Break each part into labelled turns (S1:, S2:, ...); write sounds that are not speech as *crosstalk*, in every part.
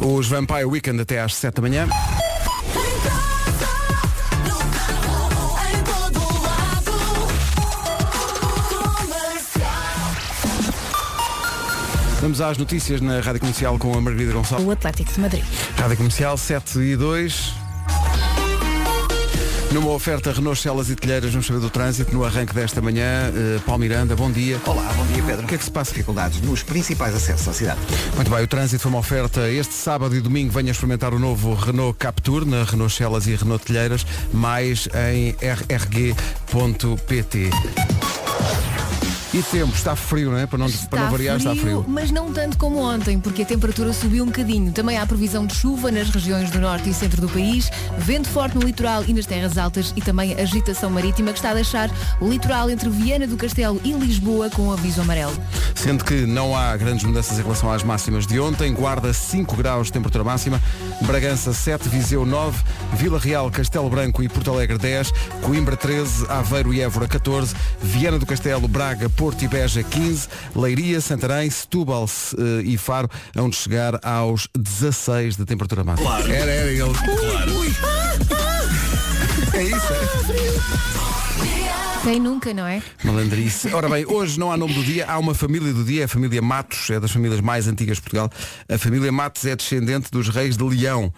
S1: Os Vampire Weekend até às 7 da manhã. Vamos às notícias na Rádio Comercial com a Margarida Gonçalves.
S2: O Atlético de Madrid.
S1: Rádio Comercial 7 e 2. Numa oferta Renault Celas e Telheiras, vamos saber do trânsito, no arranque desta manhã, eh, Paulo Miranda, bom dia.
S3: Olá, bom dia Pedro.
S1: O que é que se passa?
S3: Dificuldades nos principais acessos à cidade.
S1: Muito bem, o trânsito foi uma oferta este sábado e domingo. Venha experimentar o novo Renault Captur na Renault Celas e Renault Telheiras, mais em rrg.pt. E tempo, está frio, não é? Para não, para não variar, está frio.
S2: Mas não tanto como ontem, porque a temperatura subiu um bocadinho. Também há previsão de chuva nas regiões do norte e centro do país, vento forte no litoral e nas terras altas e também agitação marítima que está a deixar o litoral entre Viana do Castelo e Lisboa com aviso amarelo.
S1: Sendo que não há grandes mudanças em relação às máximas de ontem, Guarda 5 graus de temperatura máxima, Bragança 7, Viseu 9, Vila Real, Castelo Branco e Porto Alegre 10, Coimbra 13, Aveiro e Évora 14, Viana do Castelo, Braga, Porto e Beja 15, Leiria, Santarém, Setúbal eh, e Faro, onde chegar aos 16 de temperatura máxima. Era, era ele. É isso, é?
S2: Quem nunca, não é?
S1: Malandrice. Ora bem, hoje não há nome do dia, há uma família do dia, é a família Matos, é das famílias mais antigas de Portugal. A família Matos é descendente dos reis de Leão,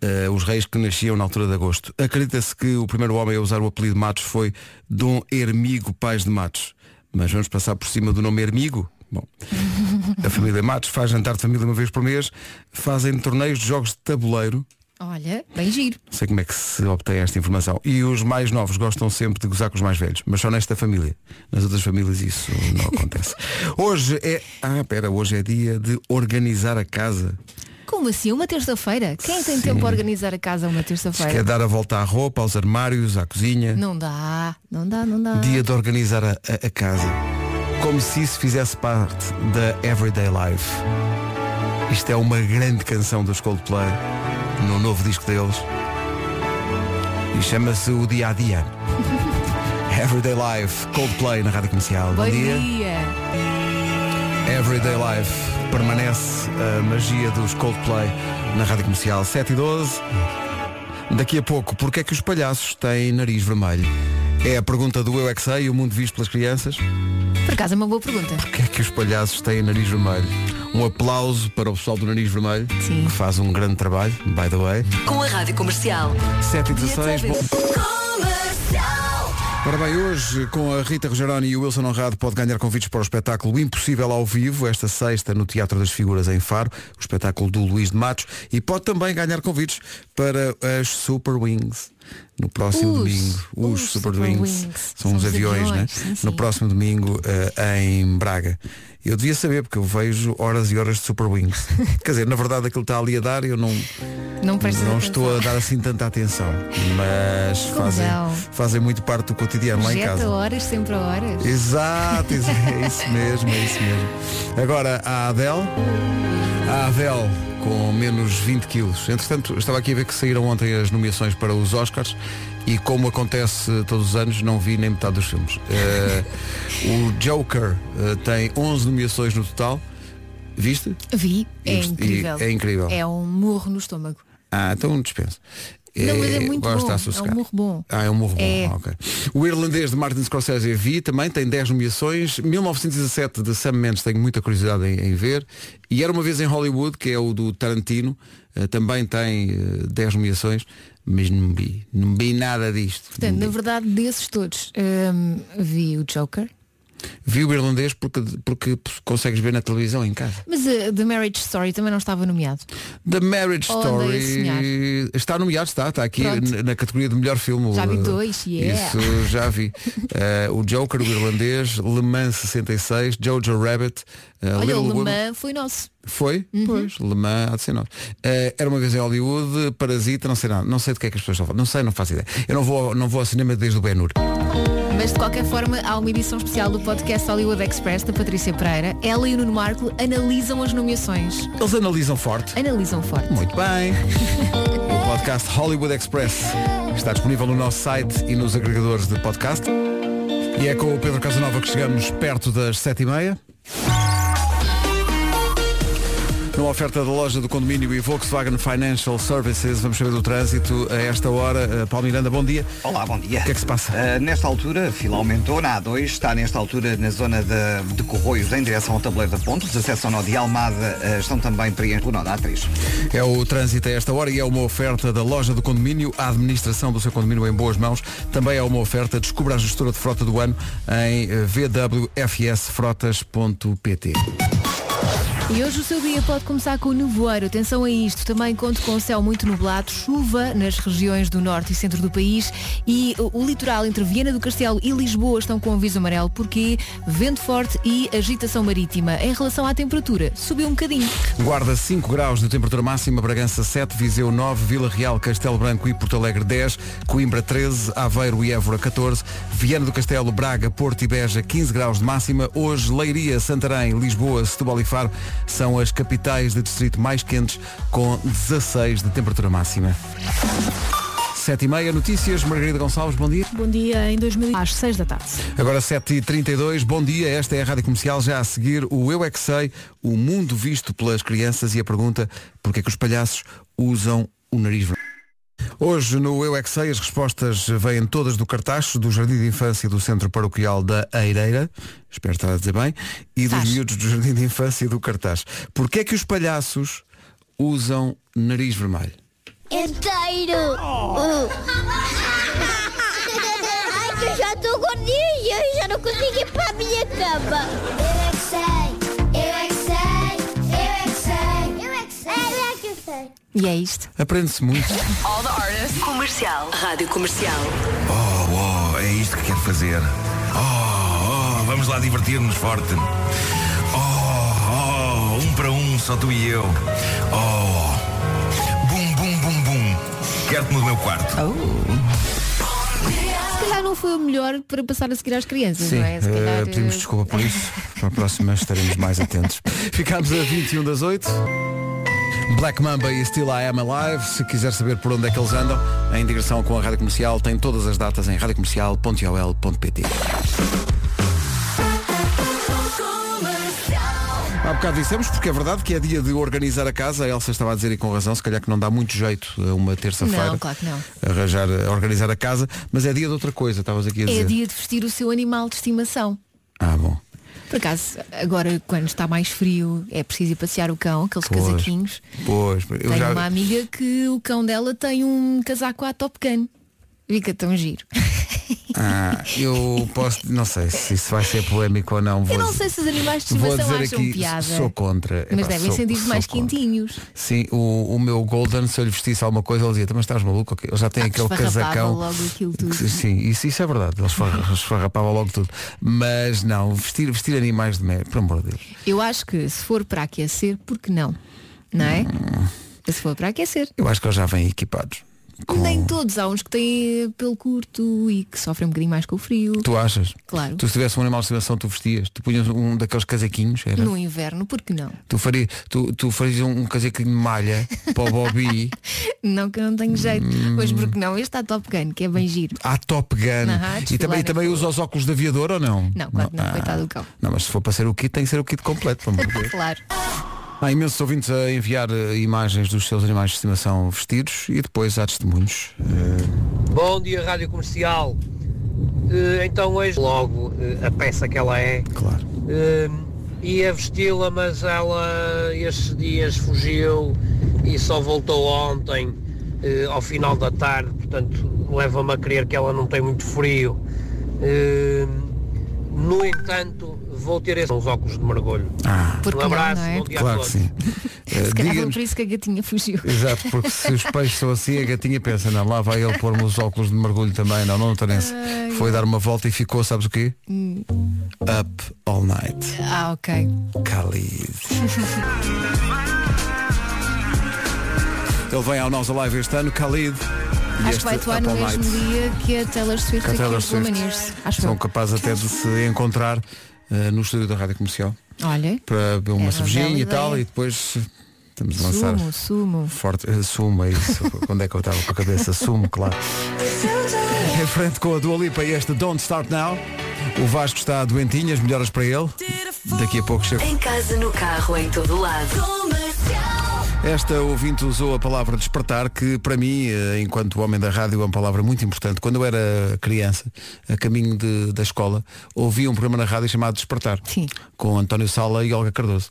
S1: eh, os reis que nasciam na altura de agosto. Acredita-se que o primeiro homem a usar o apelido Matos foi Dom Hermigo Pais de Matos. Mas vamos passar por cima do nome Hermigo? Bom, a família Matos faz jantar de família uma vez por mês, fazem torneios de jogos de tabuleiro,
S2: Olha, bem giro.
S1: sei como é que se obtém esta informação. E os mais novos gostam sempre de gozar com os mais velhos, mas só nesta família. Nas outras famílias isso não acontece. Hoje é. Ah, pera, hoje é dia de organizar a casa.
S2: Como assim? Uma terça-feira? Quem tem
S1: Sim.
S2: tempo para organizar a casa uma
S1: Se quer
S2: terça-feira?
S1: dar a volta à roupa, aos armários, à cozinha.
S2: Não dá, não dá, não dá.
S1: Dia de organizar a, a- a casa. Como se isso fizesse parte da Everyday Life. Isto é uma grande canção dos Coldplay, no novo disco deles. E chama-se o Dia a Dia. *laughs* Everyday Life, Coldplay na Rádio Comercial.
S2: Bom
S1: Bom dia.
S2: dia.
S1: Everyday Life. Permanece a magia dos Coldplay na Rádio Comercial 7 e 12. Daqui a pouco, porque é que os palhaços têm nariz vermelho? É a pergunta do Eu É Que Sei, o mundo visto pelas crianças.
S2: Por acaso é uma boa pergunta.
S1: Porquê é que os palhaços têm nariz vermelho? Um aplauso para o pessoal do nariz vermelho,
S2: Sim.
S1: que faz um grande trabalho, by the way.
S4: Com a Rádio Comercial.
S1: 7 e 16 bom. Ora bem, hoje com a Rita Rogeroni e o Wilson Honrado pode ganhar convites para o espetáculo Impossível ao Vivo, esta sexta no Teatro das Figuras em Faro, o espetáculo do Luís de Matos, e pode também ganhar convites para as Super Wings. No próximo
S2: Os-
S1: domingo, os,
S2: os
S1: Super,
S2: Super
S1: Wings.
S2: Wings.
S1: São os aviões, né?
S2: sim, sim.
S1: No próximo domingo eh, em Braga. Eu devia saber, porque eu vejo horas e horas de Super Wings. *laughs* Quer dizer, na verdade aquilo está ali a dar e eu não,
S2: Não presta
S1: não
S2: atenção.
S1: estou a dar assim tanta atenção, mas
S2: Como
S1: fazem,
S2: não?
S1: fazem muito parte do cotidiano lá em
S2: Jeta
S1: casa.
S2: horas, sempre a horas.
S1: Exato, ex- é isso mesmo, é isso mesmo. Agora a Adele, a Adele com menos 20 quilos. Entretanto, estava aqui a ver que saíram ontem as nomeações para os Oscars e como acontece todos os anos, não vi nem metade dos filmes. Eh, o Joker eh, tem 11 nomeações no total. Viste?
S2: Vi, é
S1: E- e-
S2: incrível.
S1: é incrível.
S2: É um morro no estômago.
S1: Ah, então dispenso. Eh,
S2: Não, mas é muito
S1: gosto
S2: bom,
S1: de
S2: é um
S1: sossegado.
S2: morro bom.
S1: Ah, é um morro
S2: É.
S1: bom, ok. O irlandês de Martin Scorsese é vi também, tem 10 nomeações. 1917 de Sam Mendes, tenho muita curiosidade em, em ver. E Era Uma Vez em Hollywood, que é o do Tarantino, eh, também tem eh, 10 nomeações, mas não vi. Não vi nada disto.
S2: Portanto, na verdade, desses todos, hum, vi o Joker.
S1: Vi o irlandês porque, porque consegues ver na televisão em casa.
S2: Mas uh, The Marriage Story também não estava nomeado.
S1: The Marriage
S2: Onde é esse senhor?
S1: Story está nomeado, está, está aqui
S2: Pronto.
S1: na- na categoria de melhor filme.
S2: Já vi
S1: Uh,
S2: dois, yeah.
S1: Isso já
S2: *laughs*
S1: vi. Uh, o Joker, o irlandês, Le Mans 66, Jojo Rabbit, uh,
S2: Olha,
S1: Little
S2: o Le
S1: Women.
S2: Mans Uhum. foi nosso.
S1: Foi? Pois, Le Mans há de ser nosso. Uh, era uma vez em Hollywood, Parasita, não sei nada. Não sei do que é que as pessoas estão a falar. Não sei, não faço ideia. Eu não vou, ao- não vou ao cinema desde o Ben Hur.
S2: Mas de qualquer forma, há uma edição especial do podcast Hollywood Express da Patrícia Pereira. Ela e o Nuno Marco analisam as nomeações.
S1: Eles analisam forte.
S2: Analisam forte.
S1: Muito bem. O podcast Hollywood Express está disponível no nosso site e nos agregadores de podcast. E é com o Pedro Casanova que chegamos perto das sete e meia. Numa oferta da loja do condomínio e Volkswagen Financial Services, vamos saber do trânsito a esta hora. Eh, Paulo Miranda, bom dia.
S3: Olá, bom dia.
S1: O que é que se passa?
S3: Ah, nesta altura, a fila aumentou na A2, está nesta altura na zona de, de Corroios em direção ao Tabuleiro da Ponte. Os acessos ao nó de Almada ah, estão também preenchidos no nó da A3.
S1: É o trânsito a esta hora e é uma oferta da loja do condomínio, a administração do seu condomínio em boas mãos. Também é uma oferta, descubra a gestora de frota do ano em eh, vwfsfrotas.pt.
S2: E hoje o seu dia pode começar com o nevoeiro. Atenção a isto. Também conto com o céu muito nublado, chuva nas regiões do norte e centro do país e o o litoral entre Viena do Castelo e Lisboa estão com aviso amarelo porque vento forte e agitação marítima. Em relação à temperatura, subiu um bocadinho.
S1: Guarda 5 graus de temperatura máxima, Bragança 7, Viseu 9, Vila Real, Castelo Branco e Porto Alegre 10, Coimbra 13, Aveiro e Évora 14, Viana do Castelo, Braga, Porto e Beja 15 graus de máxima. Hoje Leiria, Santarém, Lisboa, Setúbal e Faro são as capitais de distrito mais quentes com 16 de temperatura máxima. 7 e meia, notícias, Margarida Gonçalves, bom dia.
S4: Bom dia, em 2000 às 6 da tarde.
S1: Agora 7h32, bom dia, esta é a Rádio Comercial, já a seguir o Eu É Que Sei, o mundo visto pelas crianças e a pergunta porque é que os palhaços usam o nariz vermelho. Hoje no Eu É Que Sei as respostas vêm todas do cartacho do Jardim de Infância do Centro Paroquial da Eireira, espero estar a dizer bem, e dos
S2: Estás.
S1: miúdos do Jardim de Infância do cartaz. Porquê é que os palhaços usam nariz vermelho?
S5: *laughs* Inteiro! Ai, que eu já estou gordinha e eu já não consigo ir para a minha cama. Eu é que sei, eu é que sei, eu é que sei. Eu é que sei, eu é que sei.
S2: E é isto.
S1: Aprende-se muito.
S6: All the artists. Comercial. Rádio Comercial.
S7: Oh, oh, é isto que quero fazer. Oh, oh, vamos lá divertir-nos forte. Oh, oh, um para um, só tu e eu. Oh, bum, bum, bum, bum. Quero-te no meu quarto.
S2: Se calhar não foi o melhor para passar a seguir às crianças,
S1: Sim,
S2: não é? Se
S1: eh,
S2: calhar,
S1: pedimos
S2: eh,
S1: desculpa por
S2: *laughs*
S1: isso. Para a próxima estaremos mais atentos. Ficámos a 21 das 8. Black Mamba e Still I Am Alive. Se quiser saber por onde é que eles andam, em digressão com a Rádio Comercial, tem todas as datas em radiocomercial.ol.pt Há bocado dissemos, porque é verdade que é dia de organizar a casa, a Elsa estava a dizer e com razão, se calhar que não dá muito jeito a uma terça-feira
S2: Não, claro que não.
S1: arranjar, a organizar a casa, mas é dia de outra coisa, estavas aqui a dizer.
S2: É dia de vestir o seu animal de estimação.
S1: Ah, bom.
S2: Por acaso, agora quando está mais frio, é preciso ir passear o cão, aqueles
S1: Pois.
S2: casaquinhos.
S1: Pois, eu
S2: Tenho
S1: já...
S2: uma amiga que o cão dela tem um casaco à Top Gun. Fica tão giro. *laughs*
S1: Ah, eu posso, não sei se isso vai ser polémico ou não. Vou,
S2: Eu não sei se os animais de
S1: vou
S2: estimação
S1: dizer
S2: acham
S1: aqui,
S2: piada.
S1: sou contra.
S2: Mas
S1: Epá,
S2: devem
S1: sou-
S2: sentir-se
S1: sou
S2: mais
S1: contra.
S2: quentinhos.
S1: Sim, o, o meu Golden, se eu lhe vestisse alguma coisa, ele dizia, "Então, mas estás maluco? ok?" Ele já tem
S2: Ah,
S1: aquele
S2: esfarrapava
S1: casacão.
S2: logo aquilo tudo.
S1: que- sim, isso, isso é verdade, ele
S2: *laughs*
S1: esfarra- esfarrapava logo tudo. Mas não, vestir, vestir animais de merda, por amor de Deus.
S2: Eu acho que se for para aquecer, por que não? Não é? Se for para aquecer.
S1: Eu acho que eles já vêm equipados. Com...
S2: Nem todos, há uns que têm pelo curto e que sofrem um bocadinho mais com o frio.
S1: Tu achas?
S2: Claro.
S1: Tu se tivesse um animal de estimação, tu vestias, tu punhas um daqueles casaquinhos, era?
S2: No inverno, por que não?
S1: Tu farias, tu, tu farias um casaquinho de malha para o
S2: *laughs*
S1: Bobby.
S2: Não que eu não tenho jeito,
S1: Hum.
S2: mas porque não? Este está Top Gun, que é bem giro.
S1: à Top Gun.
S2: Aham,
S1: e
S2: desfilar
S1: também,
S2: na
S1: também
S2: rua.
S1: usa os óculos de aviador ou não? Ah.
S2: Não, claro que não, coitado do cão.
S1: Não, mas se for para ser o kit, tem que ser o kit completo. pelo amor de
S2: *laughs*
S1: Deus.
S2: claro.
S1: Há imensos ouvintes a enviar eh, imagens dos seus animais de estimação vestidos e depois há testemunhos. eh,
S8: Bom dia, Rádio Comercial. Eh, Então hoje logo eh, a peça que ela é.
S1: Claro.
S8: eh, Ia vesti-la, mas ela estes dias fugiu e só voltou ontem, eh, ao final da tarde, portanto leva-me a crer que ela não tem muito frio. Eh, No entanto, vou ter esses uns óculos de mergulho.
S1: Ah,
S2: Porque
S8: Um
S2: não,
S8: abraço,
S2: não é?
S8: bom dia a
S1: claro que
S8: todos.
S1: sim. Eh,
S2: Se calhar foi
S1: diga-nos-
S2: por isso que a gatinha fugiu.
S1: Exato, porque se os peixes são assim, a gatinha pensa, não, lá vai ele pôr-me os óculos de mergulho também, não, não tenense. Foi dar uma volta e ficou, sabes o quê?
S2: Hum.
S1: Up all night.
S2: Ah, ok.
S1: Khalid. Ele vem ao Nós Alive este ano, Khalid. e
S2: Acho
S1: este
S2: que vai atuar
S1: Up
S2: no
S1: All
S2: mesmo
S1: Night.
S2: dia que a Taylor Swift
S1: Com a
S2: aqui
S1: Taylor
S2: no
S1: Swift.
S2: Plumaneers. Acho
S1: São
S2: eu.
S1: capazes até de se encontrar eh, no estúdio da Rádio Comercial
S2: Olha,
S1: para beber uma
S2: uma
S1: cervejinha
S2: bela
S1: e tal
S2: ideia.
S1: e depois eh, estamos a lançar
S2: sumo, sumo.
S1: forte. eh, Sumo, é isso. *laughs* Quando é que eu estava com a cabeça? Sumo, claro. Em frente com a Dua Lipa e este Don't Start Now. O Vasco está doentinho, as melhoras para ele. Daqui a pouco chega.
S6: Em casa, no carro, em todo lado.
S1: Esta ouvinte usou a palavra despertar, que para mim, eh, enquanto homem da rádio, é uma palavra muito importante. Quando eu era criança, a caminho de- da escola, ouvia um programa na rádio chamado Despertar,
S2: Sim. Uhum.
S1: com António Sala e Olga Cardoso.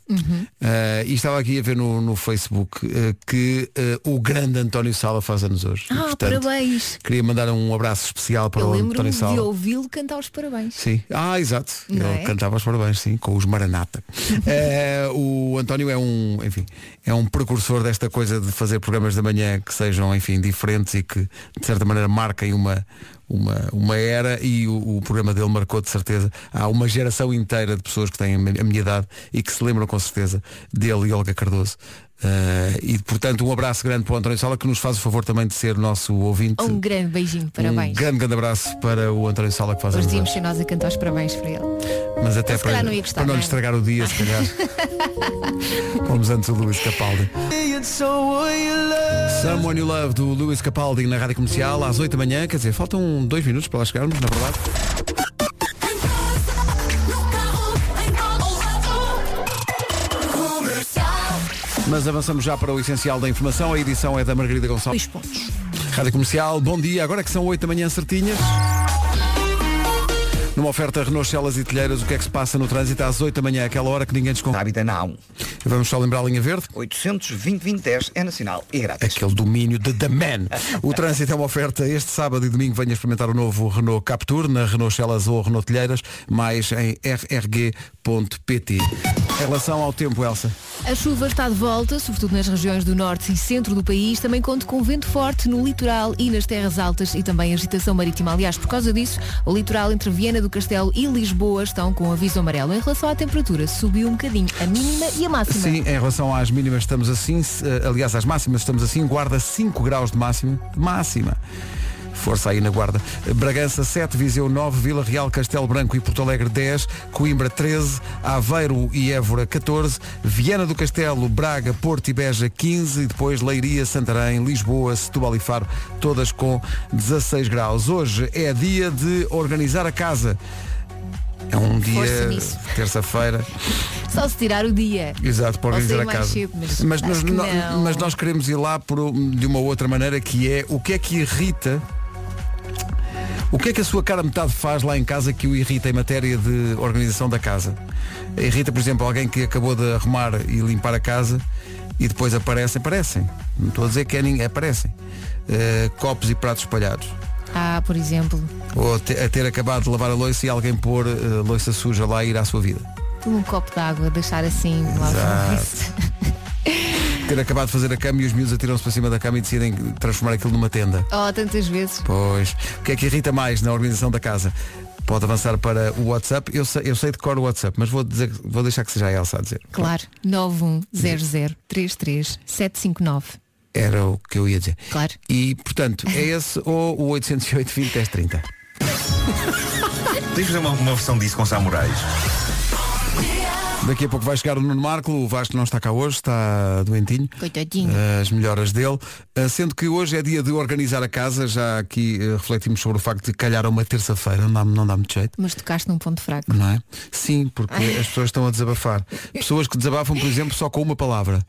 S1: Eh, e estava aqui a ver no, no Facebook eh, que eh, o grande António Sala faz anos hoje. E,
S2: Ah, parabéns.
S1: Queria mandar um abraço especial para
S2: Eu
S1: o
S2: lembro-me
S1: António Sala.
S2: de ouvi-lo cantar os parabéns.
S1: Sim, ah, exato.
S2: Não
S1: Ele
S2: é?
S1: cantava os parabéns, sim, com os
S2: *laughs*
S1: Maranata. Eh, o António é um, enfim, é um precursor desta coisa de fazer programas da manhã que sejam, enfim, diferentes e que de certa maneira marquem uma uma, uma era e o, o programa dele marcou de certeza há uma geração inteira de pessoas que têm a mi- a minha idade e que se lembram com certeza dele e Olga Cardoso Eh, e portanto um abraço grande para o António Sala que nos faz o favor também de ser nosso ouvinte
S2: Um grande beijinho, parabéns.
S1: um grande, grande abraço para o António Sala que faz
S2: Hoje
S1: anos
S2: devíamos
S1: hoje.
S2: ser nós a cantar os parabéns para ele.
S1: Mas até
S2: Mas se
S1: para,
S2: calhar não ia gostar,
S1: para não lhe
S2: não é?
S1: estragar o dia, se
S2: *laughs*
S1: calhar. Vamos antes do Luís Capaldi. Someone You Love do Luís Capaldi na Rádio Comercial às 8 da manhã, quer dizer, faltam dois minutos para lá chegarmos, na verdade. Mas avançamos já para o essencial da informação. A edição é da Margarida Gonçalves.
S4: Dois pontos.
S1: Rádio Comercial, bom dia. Agora que são 8 da manhã certinhas. Numa oferta Renault Celas e Telheiras, o que é que se passa no trânsito às 8 da manhã, aquela hora que ninguém desconfia.
S3: Rábida não.
S1: um. Vamos só lembrar a linha verde.
S3: 820-2010 é nacional e grátis.
S1: Aquele domínio de The Man. O trânsito é uma oferta este sábado e domingo. Venha experimentar o novo Renault Captur na Renault Celas ou Renault Telheiras, mais em frg.pt. Em relação ao tempo, Elsa,
S2: A chuva está de volta, sobretudo nas regiões do norte e centro do país. Também conta com vento forte no litoral e nas terras altas e também agitação marítima. Aliás, por causa disso, o litoral entre Viena do Castelo e Lisboa estão com aviso amarelo. Em relação à temperatura, subiu um bocadinho a mínima e a máxima.
S1: sim, em relação às mínimas estamos assim, se- eh, aliás, às máximas estamos assim, guarda 5 graus de máximo, máxima. Força aí na guarda. Bragança 7, Viseu 9, Vila Real, Castelo Branco e Porto Alegre 10, Coimbra 13, Aveiro e Évora 14, Viana do Castelo, Braga, Porto e Beja 15 e depois Leiria, Santarém, Lisboa, Setúbal e Faro, todas com 16 graus. Hoje é dia de organizar a casa. É um
S2: Força
S1: dia,
S2: nisso.
S1: terça-feira.
S2: Só se tirar o dia.
S1: Exato, para
S2: Ou
S1: organizar
S2: sair
S1: a
S2: mais
S1: casa.
S2: cedo, mas
S1: mas,
S2: acho
S1: nós,
S2: que
S1: no-
S2: não.
S1: mas nós queremos ir lá por, um- de uma outra maneira que é o que é que irrita. O que é que a sua cara metade faz lá em casa que o irrita em matéria de organização da casa? Irrita, por exemplo, alguém que acabou de arrumar e limpar a casa e depois aparecem, aparecem. Não estou a dizer que é ninguém, aparecem. Eh, copos e pratos espalhados.
S2: Ah, por exemplo,
S1: Ou te- a ter acabado de lavar a louça e alguém pôr eh, louça suja lá e ir à sua vida.
S2: um copo de água, deixar assim lá fora.
S1: ter acabado de fazer a cama e os miúdos atiram-se para cima da cama e decidem transformar aquilo numa tenda.
S2: *laughs* Oh, tantas vezes.
S1: Pois. O que é que irrita mais na organização da casa? Pode avançar para o WhatsApp. Eu sei, eu sei de cor o WhatsApp, mas vou, dizer, vou deixar que seja a Elsa a dizer.
S2: Claro, 910033759.
S1: Era o que eu ia dizer.
S2: Claro.
S1: E, portanto, é esse ou o 808 20 10 30.
S7: Tens de fazer uma, uma versão disso com Sá Moraes.
S1: Daqui a pouco vai chegar o Nuno Marco. O Vasco não está cá hoje, está doentinho.
S2: Coitadinho.
S1: as melhoras dele. Ah, Sendo que hoje é dia de organizar a casa, já aqui eh, refletimos sobre o facto de calhar a uma terça-feira, não dá, não dá muito jeito.
S2: Mas tocaste num ponto fraco.
S1: Não é? Sim, porque
S2: *laughs*
S1: as pessoas estão a desabafar. Pessoas que desabafam, por exemplo, só com uma palavra.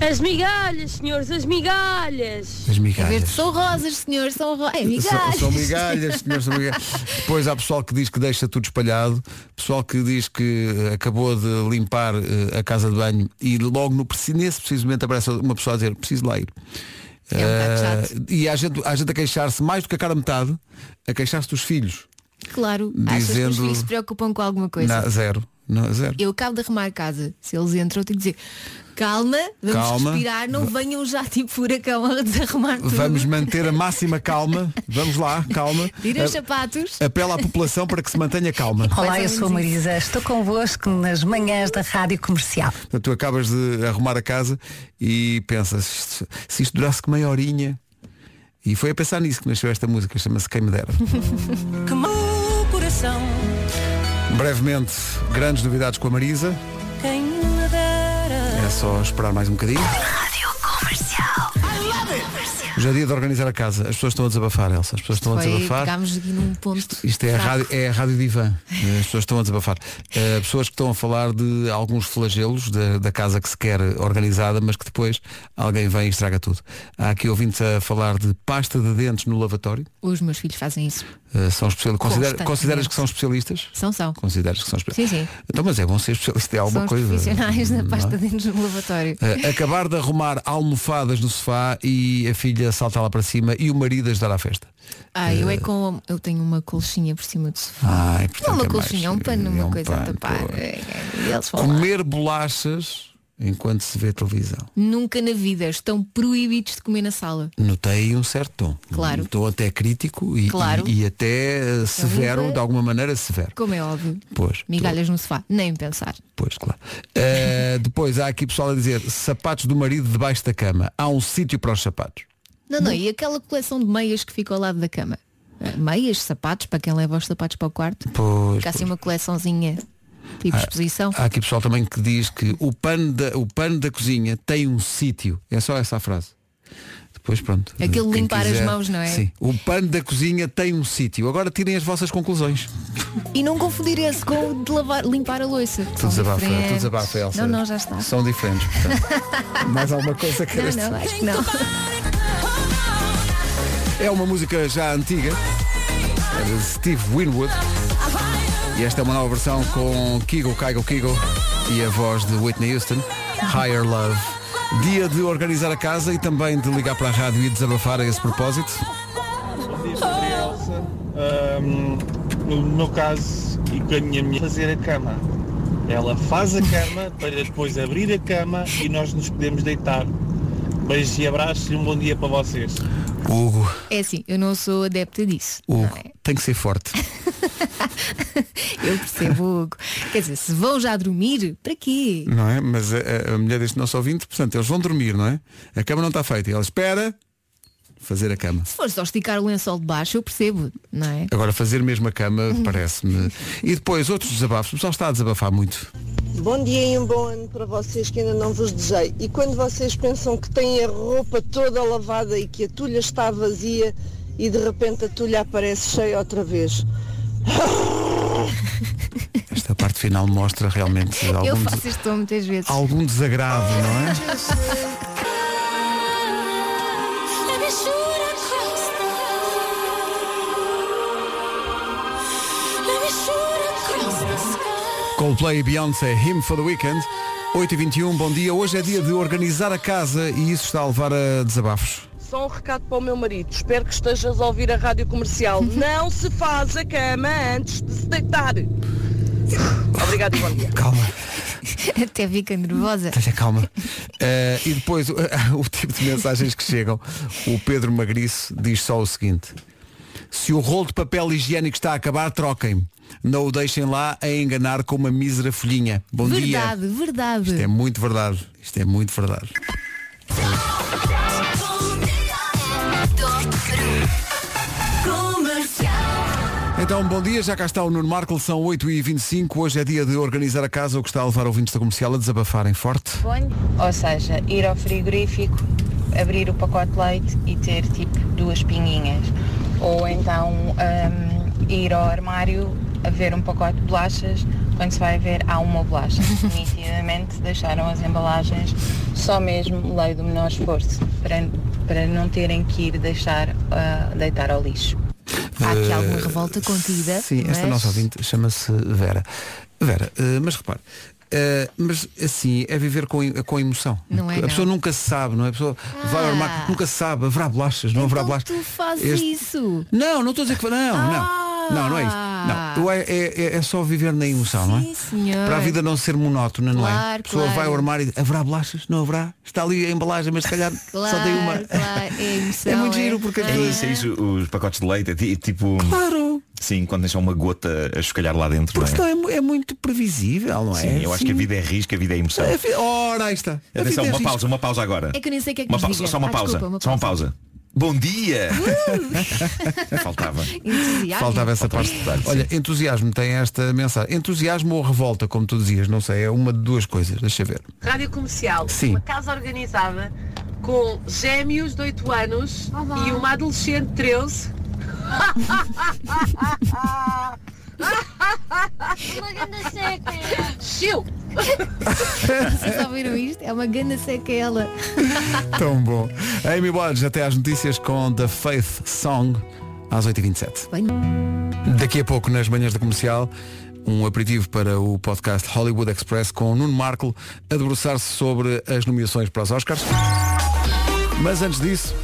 S9: As migalhas, senhores, as
S1: As
S9: migalhas.
S2: Em vez de
S1: migalhas.
S2: são rosas, senhor, são rosas. É,
S1: São,
S2: migalhas.
S1: são migalhas, senhores, são migalhas. Depois há pessoal que diz que deixa tudo espalhado, pessoal que diz que eh, acabou de limpar eh, a casa de banho e logo no, preci- nesse preciso momento aparece uma pessoa a dizer, preciso lá ir.
S2: É um bocado
S1: Ah,
S2: chato.
S1: e há gente, há gente a queixar-se mais do que a cara metade, a queixar-se dos filhos.
S2: *laughs* Claro, achas que os
S1: dizendo-
S2: filhos se preocupam com alguma coisa.
S1: Na- zero. Não, zero.
S2: Eu acabo de arrumar a casa. Se eles entram, eu tenho que dizer, calma, vamos
S1: Calma.
S2: respirar, não venham já tipo furacão a desarrumar tudo. *laughs*
S1: Vamos manter a máxima calma. Vamos lá, calma.
S2: Tira os
S1: Ah,
S2: sapatos.
S1: Apela à população para que se mantenha calma.
S6: Olá,
S2: Mais
S6: eu
S2: ou
S6: sou a
S2: menos
S6: Marisa. Estou convosco nas manhãs da Rádio Comercial.
S1: Portanto, tu acabas de arrumar a casa e pensas, "Isto- se isto durasse que meia horinha. E foi a pensar nisso que nasceu esta música, chama-se Quem Me Dera.
S6: Que meu coração,
S1: Brevemente, grandes novidades com a Marisa.
S6: quem me dera.
S1: É só esperar mais um bocadinho.
S6: Rádio Comercial.
S1: Já é dia de organizar a casa. As pessoas estão a desabafar, Elsa. As pessoas estão a
S2: Foi,
S1: desabafar.
S2: pegámos aqui num ponto.
S1: Isto é a
S2: fraco.
S1: rádio, é a rádio divã. As pessoas estão a desabafar. Eh, pessoas que estão a falar de alguns flagelos da, da casa que se quer organizada, mas que depois alguém vem e estraga tudo. Há aqui ouvintes a falar de pasta de dentes no lavatório.
S2: Os meus filhos fazem isso.
S1: Eh, são especial... Considera...
S2: Constantemente.
S1: Consideras que são especialistas?
S2: São, são.
S1: Consideras que são especialistas?
S2: Sim, sim.
S1: Então, mas é bom ser especialista em
S2: São
S1: alguma
S2: os
S1: coisa.
S2: profissionais da
S1: não é?
S2: pasta de dentes no lavatório.
S1: Eh, acabar de arrumar almofadas no sofá e a filha salta lá para cima e o marido ajudar à festa.
S2: Ah, eu é com. Eu tenho uma colchinha por cima do sofá.
S1: Ai,
S2: Não
S1: portanto,
S2: uma
S1: é mais-
S2: colchinha, é um pano, uma
S1: é um
S2: coisa a
S1: pano,
S2: tapar.
S1: pois.
S2: É, é, Eles vão lá.
S1: Comer bolachas enquanto se vê televisão.
S2: Nunca na vida estão proibidos de comer na sala.
S1: Notei um certo tom.
S2: Claro.
S1: Um tom até crítico e,
S2: Claro.
S1: e- e até eh, severo,
S2: Então,
S1: de alguma maneira severo.
S2: Como é óbvio.
S1: Pois,
S2: Migalhas no sofá, nem pensar.
S1: pois, claro. Eh, depois há aqui pessoal a dizer sapatos do marido debaixo da cama. Há um sítio para os sapatos.
S2: Não, não, e aquela coleção de meias que fica ao lado da cama? Ah, Meias, sapatos, para quem leva os sapatos para o quarto?
S1: Pois, Ah.
S2: Fica assim uma coleçãozinha tipo exposição.
S1: Há aqui pessoal também que diz que o pano da, o pano da cozinha tem um sítio. É só essa a frase. Depois pronto.
S2: Aquele
S1: Quem
S2: limpar as mãos, não é?
S1: Sim. O pano da cozinha tem um sítio. Agora tirem as vossas conclusões.
S2: E não confundir esse com o de lavar, limpar a louça.
S1: Tu desabafa, tu
S2: diferentes.
S1: desabafa, Elsa.
S2: Não, não, já está.
S1: São diferentes.
S2: *laughs*
S1: portanto. Mais alguma coisa que
S2: Não, não, acho que não.
S1: É uma música já antiga. É de Steve Winwood. E esta é uma nova versão com Kigo, Kaigo, Kigo e a voz de Whitney Houston. Higher Love. Dia de organizar a casa e também de ligar para a rádio e desabafar a esse propósito.
S10: Ahm, no meu caso, e com a minha mulher, fazer a cama. Ela faz a cama para depois abrir a cama e nós nos podemos deitar. Beijos e abraços e um bom dia para vocês.
S1: Hugo,
S2: É assim, eu não sou adepta disso.
S1: Hugo,
S2: Não é?
S1: tem que ser forte.
S2: Eu percebo, Hugo. Quer dizer, se vão já dormir, para quê?
S1: Não é? Mas a, a- a mulher deste nosso ouvinte, portanto, eles vão dormir, não é? A cama não está feita. E ela espera fazer a cama.
S2: Se for só esticar o lençol de baixo, eu percebo, não é?
S1: Agora, fazer mesmo a cama
S2: Uhum.
S1: parece-me. E depois, outros desabafos. O pessoal está a desabafar muito.
S11: Bom dia e um bom ano para vocês que ainda não vos desejei. E quando vocês pensam que têm a roupa toda lavada e que a tulha está vazia e de repente a tulha aparece cheia outra vez.
S1: Esta parte final mostra realmente
S2: eu
S1: algum,
S2: faço isto muitas vezes.
S1: algum desagrado, não é? Coldplay e Beyoncé, Him for the Weekend. 8h21, bom dia. Hoje é dia de organizar a casa e isso está a levar a desabafos.
S12: Só um recado para o meu marido. Espero que estejas a ouvir a rádio
S1: *laughs*
S12: comercial. Não se faz a cama antes de se deitar. Obrigado e bom dia.
S1: Calma,
S2: *laughs* Até fica nervosa.
S1: esteja calma. *laughs* Eh, e depois, o- *laughs* o tipo de mensagens que chegam. O Pedro Magriço diz só o seguinte. Se o rolo de papel higiênico está a acabar, troquem-me. Não o deixem lá a enganar com uma mísera folhinha. Bom dia.
S2: verdade, verdade.
S1: Isto é muito verdade. Isto é muito verdade.
S5: é
S1: Então, bom dia, já cá está o Nuno Marco, são 8h25, hoje é dia de organizar a casa, o que está a levar ouvintes da comercial a desabafarem forte.
S13: Ou seja, ir ao frigorífico, abrir o pacote de leite e ter tipo duas pinguinhas. Ou então hum, ir ao armário a ver um pacote de bolachas, quando se vai ver há uma bolacha. Nitidamente deixaram as embalagens só mesmo lei do menor esforço, para, para não terem que ir deixar, ah, deitar ao lixo.
S2: Há aqui alguma revolta contida.
S1: Eh, Sim, esta
S2: mas-
S1: nossa ouvinte chama-se Vera. Vera, eh, mas repare, eh, mas assim, é viver com, em- com emoção.
S2: Não é,
S1: a
S2: não. Ah.
S1: pessoa nunca se sabe, não é? A pessoa vai ao armário, nunca se sabe, haverá bolachas, não haverá bolachas.
S2: Então Tu fazes
S1: Este-
S2: isso. Ah.
S1: Não, não estou a dizer que não, não. Não, não é isso. Não, é, é- é- é só viver na emoção, não é?
S2: senhor.
S1: Para a vida não ser monótona, não é?
S2: Claro,
S1: A pessoa
S2: claro.
S1: vai ao armário e diz, haverá bolachas? Não haverá? Está ali a embalagem, mas se
S2: *laughs*
S1: calhar
S2: Claro,
S1: só tem uma.
S2: claro, é, emoção,
S1: *laughs* É muito
S2: é?
S1: giro porque assim,
S2: Ah.
S14: É isso, é isso. Os pacotes de leite é ti- tipo.
S1: Claro!
S14: Sim, quando deixam uma gota a chocalhar lá dentro,
S1: Porque
S14: não é?
S1: senão é, é muito previsível, não é?
S14: Sim, eu acho
S1: Sim.
S14: que a vida é risco, a vida é emoção.
S1: A fi- Ora, aí está. A vida
S14: Atenção, uma
S1: é risco.
S14: pausa, uma pausa agora.
S2: É que eu nem sei o que é que
S14: Uma
S2: vos
S14: pausa,
S2: diga.
S14: só uma
S2: Ah,
S14: pausa,
S2: desculpa, uma
S14: só uma pausa. Bom dia! Faltava.
S2: Entusiasmo.
S1: Faltava essa parte. Olha, entusiasmo tem esta mensagem. Entusiasmo ou revolta, como tu dizias, não sei, é uma de duas coisas, deixa eu ver.
S15: Rádio Comercial,
S1: Sim.
S15: uma casa organizada
S9: com gêmeos de 8 anos
S5: Olá.
S9: e uma adolescente de 13.
S5: Uma grande seca.
S9: Chiu!
S2: Vocês ouviram isto? É uma ganda seca ela.
S1: Tão bom. Amy Watts, até às notícias com The Faith Song, às 8h27. Daqui a pouco, nas manhãs da comercial, um aperitivo para o podcast Hollywood Express com o Nuno Marco a debruçar-se sobre as nomeações para os Oscars. Mas antes disso.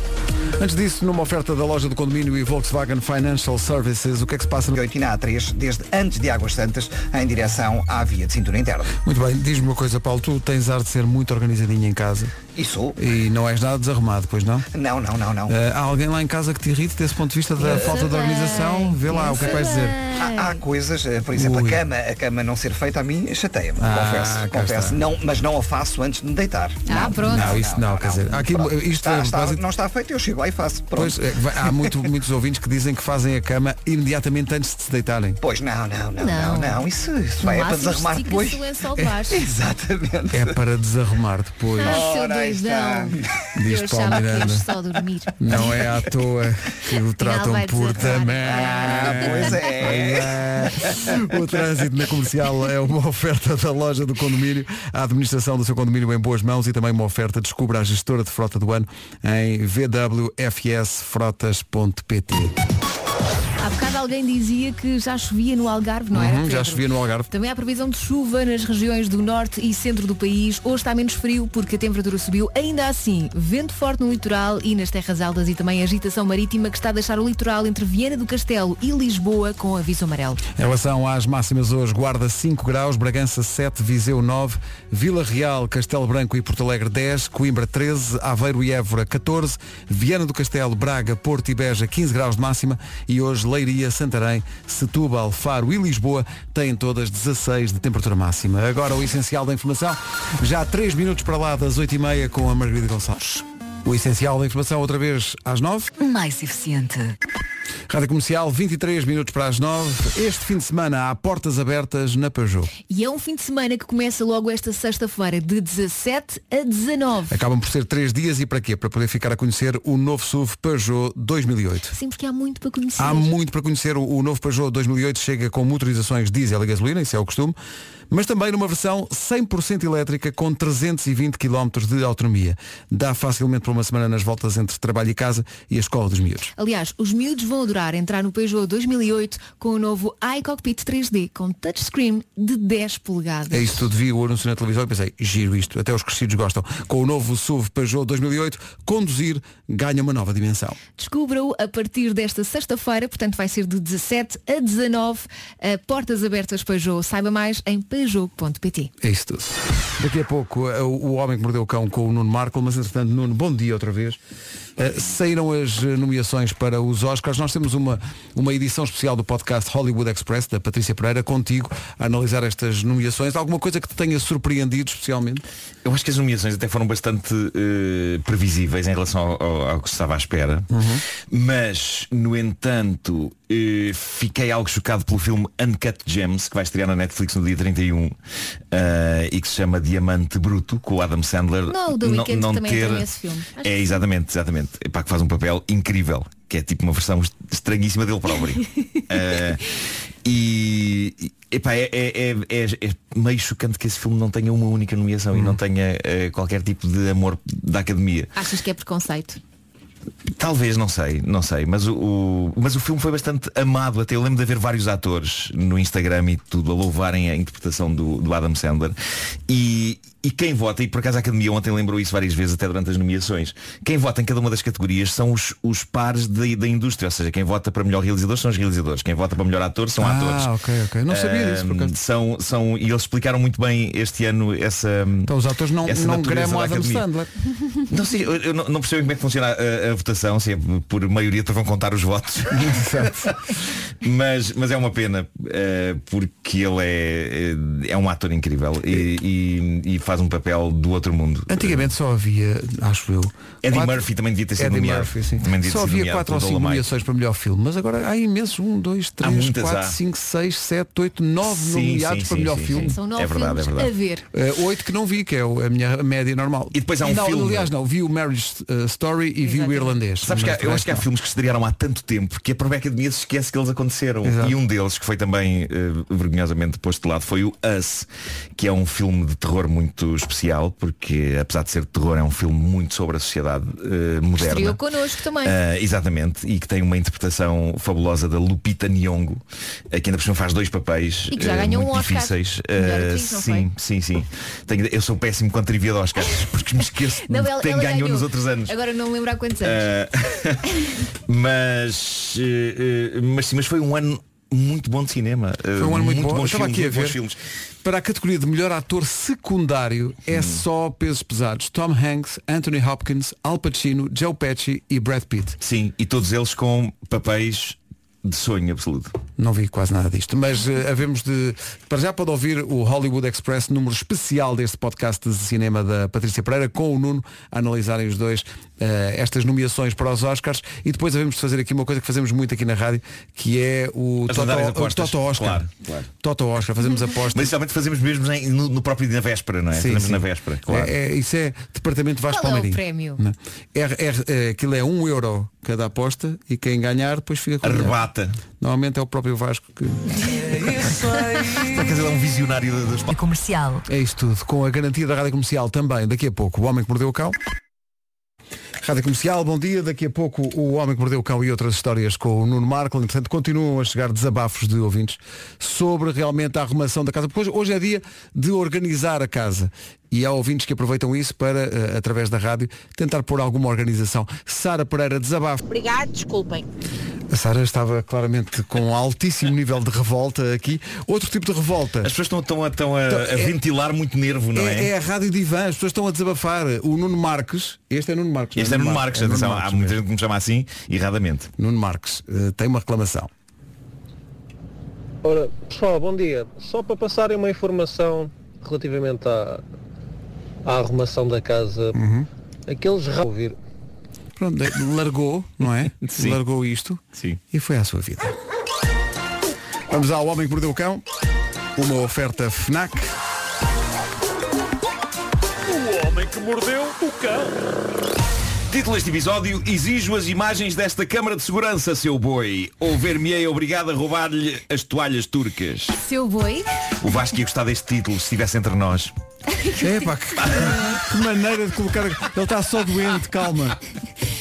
S1: Antes disso, numa oferta da loja do condomínio e Volkswagen Financial Services, o que é que se passa?
S3: na A3, desde antes de Águas Santas, em direção à via de cintura interna.
S1: Muito bem, diz-me uma coisa, Paulo, tu tens ar de ser muito organizadinho em casa.
S3: E sou.
S1: E não és nada desarrumado, pois não?
S3: Não, não, não, não.
S1: Eh, há alguém lá em casa que te irrite desse ponto de vista da
S3: Não
S1: falta de
S3: sei
S1: organização? Vê lá o que é que vais dizer.
S2: Ah.
S3: Há, há coisas, eh, por exemplo, a cama, a cama não ser feita a mim chateia-me,
S1: Ah,
S3: confesso,
S1: cá
S3: confesso.
S1: está.
S3: Não, mas não a faço antes de me deitar.
S2: Ah,
S3: Não,
S2: pronto.
S1: Não, isso não, quer dizer, aqui, isto
S3: está,
S1: é
S3: está-
S1: basic-
S3: não está feito, eu chego lá e faço. Pronto.
S1: Pois, é, vai- há muito- muitos ouvintes que dizem que fazem a cama imediatamente antes de se deitarem.
S3: Pois não, não, não,
S2: Não.
S3: não, não. Isso, isso vai é para desarrumar depois. *laughs*
S1: *laughs*
S3: Exatamente.
S1: É para desarrumar depois.
S2: Ah, seu
S3: Ora, aí está.
S2: doidão.
S1: Diz
S2: Eu
S1: Paulo
S2: achava que
S1: Miranda.
S2: íamos só dormir.
S1: Não é à toa que o tratam
S2: vai
S1: por
S2: desarrumar.
S1: também.
S3: pois é.
S1: O trânsito na comercial é uma oferta da loja do condomínio, a administração do seu condomínio em boas mãos e também uma oferta. Descubra a gestora de frota do ano em vwfsfrotas.pt.
S2: Há bocado alguém dizia que já chovia no Algarve, não era?
S1: Uhum, já
S2: Pedro?
S1: chovia no Algarve.
S2: Também há previsão de chuva nas regiões do norte e centro do país. Hoje está menos frio porque a temperatura subiu. Ainda assim, vento forte no litoral e nas terras altas e também agitação marítima que está a deixar o litoral entre Viena do Castelo e Lisboa com aviso amarelo.
S1: Em relação às máximas hoje, Guarda 5 graus, Bragança 7, Viseu 9, Vila Real, Castelo Branco e Porto Alegre 10, Coimbra 13, Aveiro e Évora 14, Viana do Castelo, Braga, Porto e Beja 15 graus de máxima e hoje Leiria, Santarém, Setúbal, Faro e Lisboa têm todas 16 de temperatura máxima. Agora o essencial da informação, já 3 minutos para lá das 8h30 com a Margarida Gonçalves. O essencial da informação outra vez às 9.
S16: Mais eficiente.
S1: Rádio Comercial, 23 minutos para as 9. Este fim de semana há portas abertas na Peugeot.
S2: E é um fim de semana que começa logo esta sexta-feira, de 17 a 19.
S1: Acabam por ser três dias e para quê? Para poder ficar a conhecer o novo SUV Peugeot 2008.
S2: Sim, porque há muito para conhecer.
S1: Há muito para conhecer. O, o novo Peugeot 2008 chega com motorizações diesel e gasolina, isso é o costume, mas também numa versão 100% elétrica com 320 km de autonomia. Dá facilmente para uma semana nas voltas entre trabalho e casa e a escola dos miúdos.
S2: Aliás, os miúdos vão adorar entrar no Peugeot 2008 com o novo iCockpit 3D com touchscreen de 10 polegadas.
S1: É isso tudo, vi o anúncio na televisão e pensei, giro isto, até os crescidos gostam. Com o novo SUV Peugeot 2008, conduzir ganha uma nova dimensão.
S2: Descubra-o a partir desta sexta-feira, portanto vai ser de 17 a 19, a portas abertas Peugeot. Saiba mais em peugeot.pt.
S1: É isso tudo. Daqui a pouco eh, o o Homem que Mordeu o Cão com o Nuno Marco, mas entretanto, Nuno, bom dia outra vez. Eh, saíram as eh, nomeações para os Oscars. Nós temos uma, uma edição especial do podcast Hollywood Express, da Patrícia Pereira, contigo, a analisar estas nomeações. Alguma coisa que te tenha surpreendido especialmente?
S8: Eu acho que as nomeações até foram bastante eh, previsíveis em relação ao, ao- ao que se estava à espera. Mas, no entanto, eh, fiquei algo chocado pelo filme Uncut Gems, que vai estrear na Netflix no dia 31 eh, e que se chama Diamante Bruto, com o Adam Sandler.
S2: Não, o The
S8: não-
S2: Weeknd
S8: não
S2: também
S8: ter-
S2: tem esse filme. Acho
S8: É, exatamente, exatamente. Epá, que faz um papel incrível, que é tipo uma versão est- estranhíssima dele próprio. Eh, e e, epá, é, é- é- é- é meio chocante que esse filme não tenha uma única nomeação e não tenha eh, qualquer tipo de amor da academia.
S2: Achas que é preconceito?
S8: Talvez, não sei, não sei, mas o, o- mas o filme foi bastante amado até. Eu lembro de haver vários atores no Instagram e tudo a louvarem a interpretação do, do Adam Sandler. E, e quem vota, e por acaso a Academia ontem lembrou isso várias vezes, até durante as nomeações, quem vota em cada uma das categorias são os, os pares da- da indústria, ou seja, quem vota para melhor realizador são os realizadores, quem vota para melhor ator são atores.
S1: Ah, ok, ok. Não sabia disso, por
S8: Ahm,
S1: acaso.
S8: são, são, e eles explicaram muito bem este ano essa.
S1: Então os atores não,
S8: essa
S1: não
S8: natureza
S1: gremam
S8: da
S1: Adam
S8: Academia.
S1: Sandler.
S8: Não sei, eu, eu não, não percebo como é que funciona a, a votação, se é por maioria depois vão contar os votos. mas, mas é
S14: eh,
S8: uma pena, eh, porque ele é, é um ator incrível e, e- e
S14: faz um papel do outro mundo.
S1: Antigamente só havia, acho eu.
S14: Eddie
S1: quatro-
S14: Murphy também devia ter sido
S1: Eddie
S14: nomeado.
S1: Murphy, sim.
S14: Também devia
S1: Só
S14: ter sido
S1: havia
S14: nomeado
S1: 4 ou
S14: pelo
S1: 5
S14: Dolomite.
S1: nomeações para melhor filme, mas agora há imensos 1, 2,
S14: Há
S1: 3,
S14: muitas,
S1: 4,
S14: há.
S1: 5, 6, 7, 8, 9
S14: Sim,
S1: nomeados
S14: sim,
S1: para
S14: sim,
S1: melhor
S14: sim,
S1: filme.
S14: sim. São nove É verdade, é filmes verdade. a ver.
S1: Eh, oito que não vi, que é o- a minha média normal. E
S14: depois há um
S1: não,
S14: filme.
S1: Aliás, não, vi o Marriage eh, Story e vi o Irlandês.
S14: Sabes que há-
S1: Mas
S14: eu acho que há
S1: não.
S14: filmes que estrearam há tanto tempo que a própria academia se esquece que eles aconteceram.
S1: Exato.
S14: E um deles, que foi também eh, vergonhosamente posto de lado, foi o Us, que é um filme de terror muito especial, porque apesar de ser de terror, é um filme muito sobre a sociedade eh,
S2: Estreou
S14: moderna.
S2: connosco também.
S14: Ah, exatamente, e que tem uma interpretação fabulosa da Lupita Nyong'o, eh, que ainda por cima faz dois papéis
S2: E que já
S14: eh,
S2: ganhou
S14: muito
S2: um Oscar.
S14: difíceis.
S2: Melhor
S14: Ah,
S2: atriz, não
S14: sim, sim, sim. Tenho- eu sou péssimo com a trivia
S2: *laughs*
S14: de Oscars, porque me esqueço de
S2: Não, ela-
S14: quem
S2: ela
S14: ganhou, nos outros anos.
S2: Agora não me lembro há quantos anos.
S14: Ah, *laughs* mas, eh, eh, mas sim, mas foi um ano muito bom de cinema.
S1: Foi um ano muito, bom. Eu
S14: Bons
S1: Estava
S14: filmes,
S1: aqui a
S14: muito bons
S1: ver.
S14: filmes.
S1: Para a categoria de melhor ator secundário
S14: Hum.
S1: é só pesos pesados. Tom Hanks, Anthony Hopkins, Al Pacino, Joe Pesci e Brad Pitt.
S14: Sim, e todos eles com papéis de sonho absoluto.
S1: Não vi quase nada disto, mas eh, havemos de. Para já pode ouvir o Hollywood Express, número especial deste podcast de cinema da Patrícia Pereira, com o Nuno a analisarem os dois eh, estas nomeações para os Oscars. E depois havemos de fazer aqui uma coisa que fazemos muito aqui na rádio, que é o,
S14: As
S1: Toto,
S14: lendárias
S1: o
S14: apostas.
S1: Toto Oscar.
S14: Claro, claro.
S1: Toto Oscar, fazemos apostas.
S14: Mas realmente fazemos mesmo em- no, no próprio dia na véspera, não é?
S1: Sim,
S14: fazemos
S1: sim.
S14: na véspera, claro.
S1: É- é- isso é Departamento Vasco
S2: Qual é o
S1: Palmeirinho.
S2: prémio?
S1: Não. É, é- é- aquilo é um euro cada aposta e quem ganhar depois fica com o dinheiro.
S14: Arrebata.
S1: Normalmente é o próprio Vasco que.
S14: Está quer dizer, é um visionário da- das
S1: comercial. É isto tudo, com a garantia da Rádio Comercial também, daqui a pouco, o homem que mordeu o cão. Rádio Comercial, bom dia. Daqui a pouco o Homem que Mordeu o Cão e outras histórias com o Nuno Marco. Entretanto, continuam a chegar desabafos de ouvintes sobre realmente a arrumação da casa. Porque hoje- hoje é dia de organizar a casa. E há ouvintes que aproveitam isso para, eh, através da rádio, tentar pôr alguma organização. Sara Pereira, desabafo.
S17: Obrigado, desculpem.
S1: A Sara estava claramente com um altíssimo nível de revolta aqui. Outro tipo de revolta.
S14: As pessoas estão, estão, a- estão a,
S1: Então,
S14: a
S1: é-
S14: ventilar muito nervo, não é?
S1: É, é a rádio divã, as pessoas estão a desabafar. O Nuno Marques, este é Nuno Marques. não
S14: Este é Nuno Marques,
S1: Nuno
S14: atenção, há
S1: Marques
S14: muita
S1: mesmo.
S14: gente que me chama assim, erradamente.
S1: Nuno Marques eh, tem uma reclamação.
S8: Ora, pessoal, bom dia. Só para passarem uma informação relativamente à, à arrumação da casa,
S18: Uhum.
S8: aqueles ra- ouvir.
S1: Pronto, eh, largou, não
S14: *laughs*
S1: é?
S8: Sim.
S1: Largou isto e foi à sua vida. Vamos ao Homem que Mordeu o Cão. Uma oferta FNAC.
S19: O homem que mordeu o cão.
S14: Título deste episódio, exijo as imagens desta Câmara de Segurança, seu boi. Ou ver-me-ei obrigado a roubar-lhe as toalhas turcas.
S2: Seu boi.
S14: O Vasco ia gostar deste título se estivesse entre nós.
S1: Epá, que, que maneira de colocar. Ele está só doente, calma.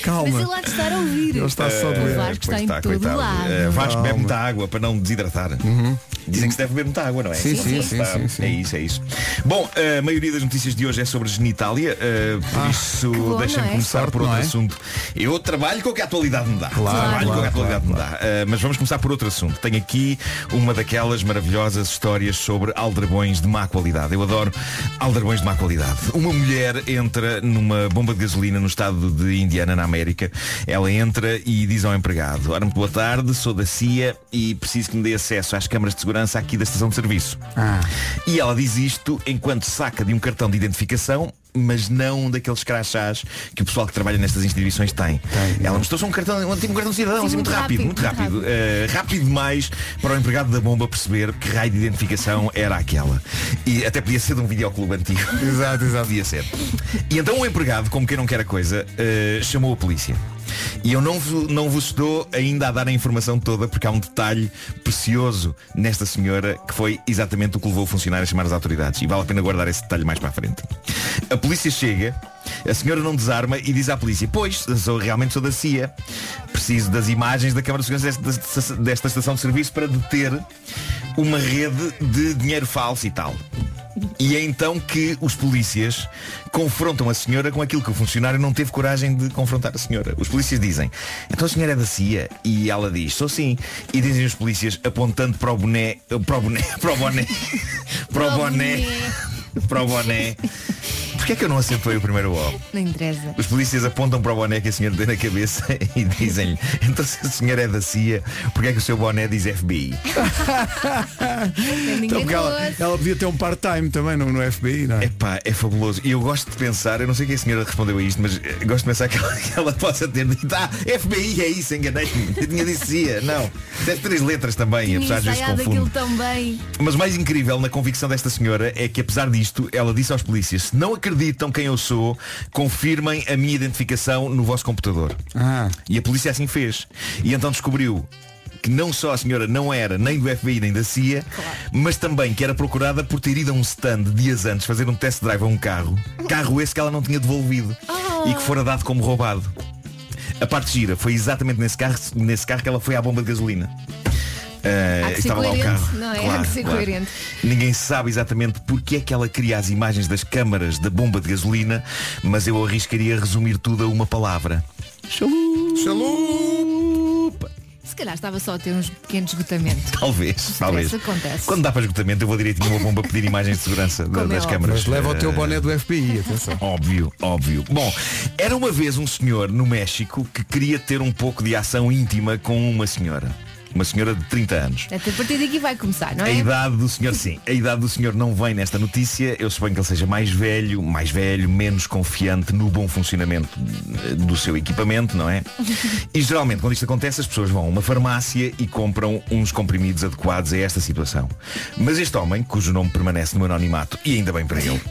S1: Calma.
S2: Mas ele é- há de estar a ouvir.
S1: Ele está só
S14: Eh,
S1: doente.
S2: O Vasco está
S14: pois
S2: em todo
S14: coitado.
S2: lado.
S14: Eh, Vasco bebe
S1: Calma.
S14: muita água para não desidratar.
S3: Uhum.
S14: Dizem que se deve beber muita água, não é?
S1: Sim, sim, sim,
S14: Tá,
S1: sim, sim.
S14: É isso, é isso. Bom, a maioria das notícias de hoje é sobre genitália, eh, por isso
S1: que bom,
S14: deixem-me
S1: não é?
S14: começar
S1: Sorte,
S14: por outro
S1: não é?
S14: assunto. Eu trabalho com o que a atualidade me dá. trabalho com o que a
S1: claro,
S14: atualidade me dá. Eh, mas vamos começar por outro assunto. Tenho aqui uma daquelas maravilhosas histórias sobre aldrabões de má qualidade. Eu adoro aldrabões de má qualidade. Uma mulher entra numa bomba de gasolina no estado de Indiana, na América. Ela entra e diz ao empregado, Ora, muito boa tarde, sou da CIA e preciso que me dê acesso às câmaras de segurança aqui da estação de serviço.
S7: Ah.
S14: E ela diz isto enquanto saca de um cartão de identificação mas não um daqueles crachás que o pessoal que trabalha nestas instituições tem. Ela mostrou-se um cartão, um, tipo um cartão de cidadão,
S7: Sim,
S14: assim, muito,
S7: muito
S14: rápido,
S7: rápido,
S14: muito
S7: muito
S14: rápido. Uh, rápido demais para o empregado da bomba perceber que raio de identificação era aquela. E até podia ser de um videoclube antigo.
S1: *laughs* Exato, exato.
S14: Podia ser. E então o empregado, como quem não quer a coisa, uh, chamou a polícia. E eu não, vo- não vos estou ainda a dar a informação toda porque há um detalhe precioso nesta senhora que foi exatamente o que levou o funcionário a chamar as autoridades. E vale a pena guardar esse detalhe mais para a frente. A polícia chega, a senhora não desarma e diz à polícia, pois, sou, realmente sou da CIA. Preciso das imagens da Câmara de Segurança desta, desta- desta estação de serviço para deter uma rede de dinheiro falso e tal. E é então que os polícias confrontam a senhora com aquilo que o funcionário não teve coragem de confrontar a senhora. Os polícias dizem, então a senhora é da CIA? E ela diz, sou sim. E dizem os polícias, apontando para o boné, *laughs* para o boné, para o boné, para o boné, para o boné, Porquê é que eu não acentuei o primeiro O?
S2: Não interessa.
S14: Os polícias apontam para o boné que a senhora tem na cabeça *laughs* e dizem-lhe, então se a senhora é da CIA, porquê é que o seu boné diz
S2: *laughs*
S14: FBI?
S1: Então, porque ela, ela podia ter um part-time também no, no FBI, não é?
S14: Epá, é fabuloso. E eu gosto de pensar, eu não sei quem a senhora respondeu a isto, mas eh, gosto de pensar *laughs* que ela, que ela possa ter dito, ah, FBI é isso, enganei-me. *laughs* Eu tinha dito CIA, não. Deve três letras também,
S2: Tinha
S14: apesar de se
S2: ensaiado aquilo
S14: confunde.
S2: tão bem.
S14: Mas mais incrível na convicção desta senhora é que apesar disto, ela disse aos polícias, se não acreditam quem eu sou, confirmem a minha identificação no vosso computador.
S1: Ah,
S14: E a polícia assim fez. E então descobriu que não só a senhora não era nem do FBI nem da CIA, mas também que era procurada por ter ido a um stand dias antes fazer um test drive a um carro, carro esse que ela não tinha devolvido e
S2: Ah.
S14: que fora dado como roubado. A parte gira foi exatamente nesse carro, nesse carro que ela foi à bomba de gasolina. Ah,
S2: Há que ser
S14: estava lá o
S2: coerente,
S14: carro.
S2: não é?
S14: Claro,
S2: Há que ser
S14: claro.
S2: coerente.
S14: Ninguém sabe exatamente porque é que ela cria as imagens das câmaras da bomba de gasolina, mas eu arriscaria resumir tudo a uma palavra.
S1: Chalupa.
S2: Se calhar estava só a ter uns pequenos esgotamento.
S14: *laughs* Talvez, talvez.
S2: acontece.
S14: Quando dá para esgotamento, eu vou direitinho a uma bomba pedir imagens de segurança da-
S2: Como é
S14: das
S2: óbvio.
S14: câmaras.
S1: Mas leva o teu
S14: Eh,
S1: boné do FBI, atenção.
S14: Óbvio, óbvio. Bom, era uma vez um senhor no México que queria ter um pouco de ação íntima com uma senhora. Uma senhora de 30 anos.
S2: Portanto, a partir daqui vai começar, não
S14: A
S2: é?
S14: idade do senhor, sim. A idade do senhor não vem nesta notícia. Eu suponho que ele seja mais velho, mais velho, menos confiante no bom funcionamento eh, do seu equipamento,
S2: *laughs*
S14: não é? E geralmente, quando isto acontece, as pessoas vão a uma farmácia e compram uns comprimidos adequados a esta situação. Mas este homem, cujo nome permanece no anonimato, e ainda bem para ele,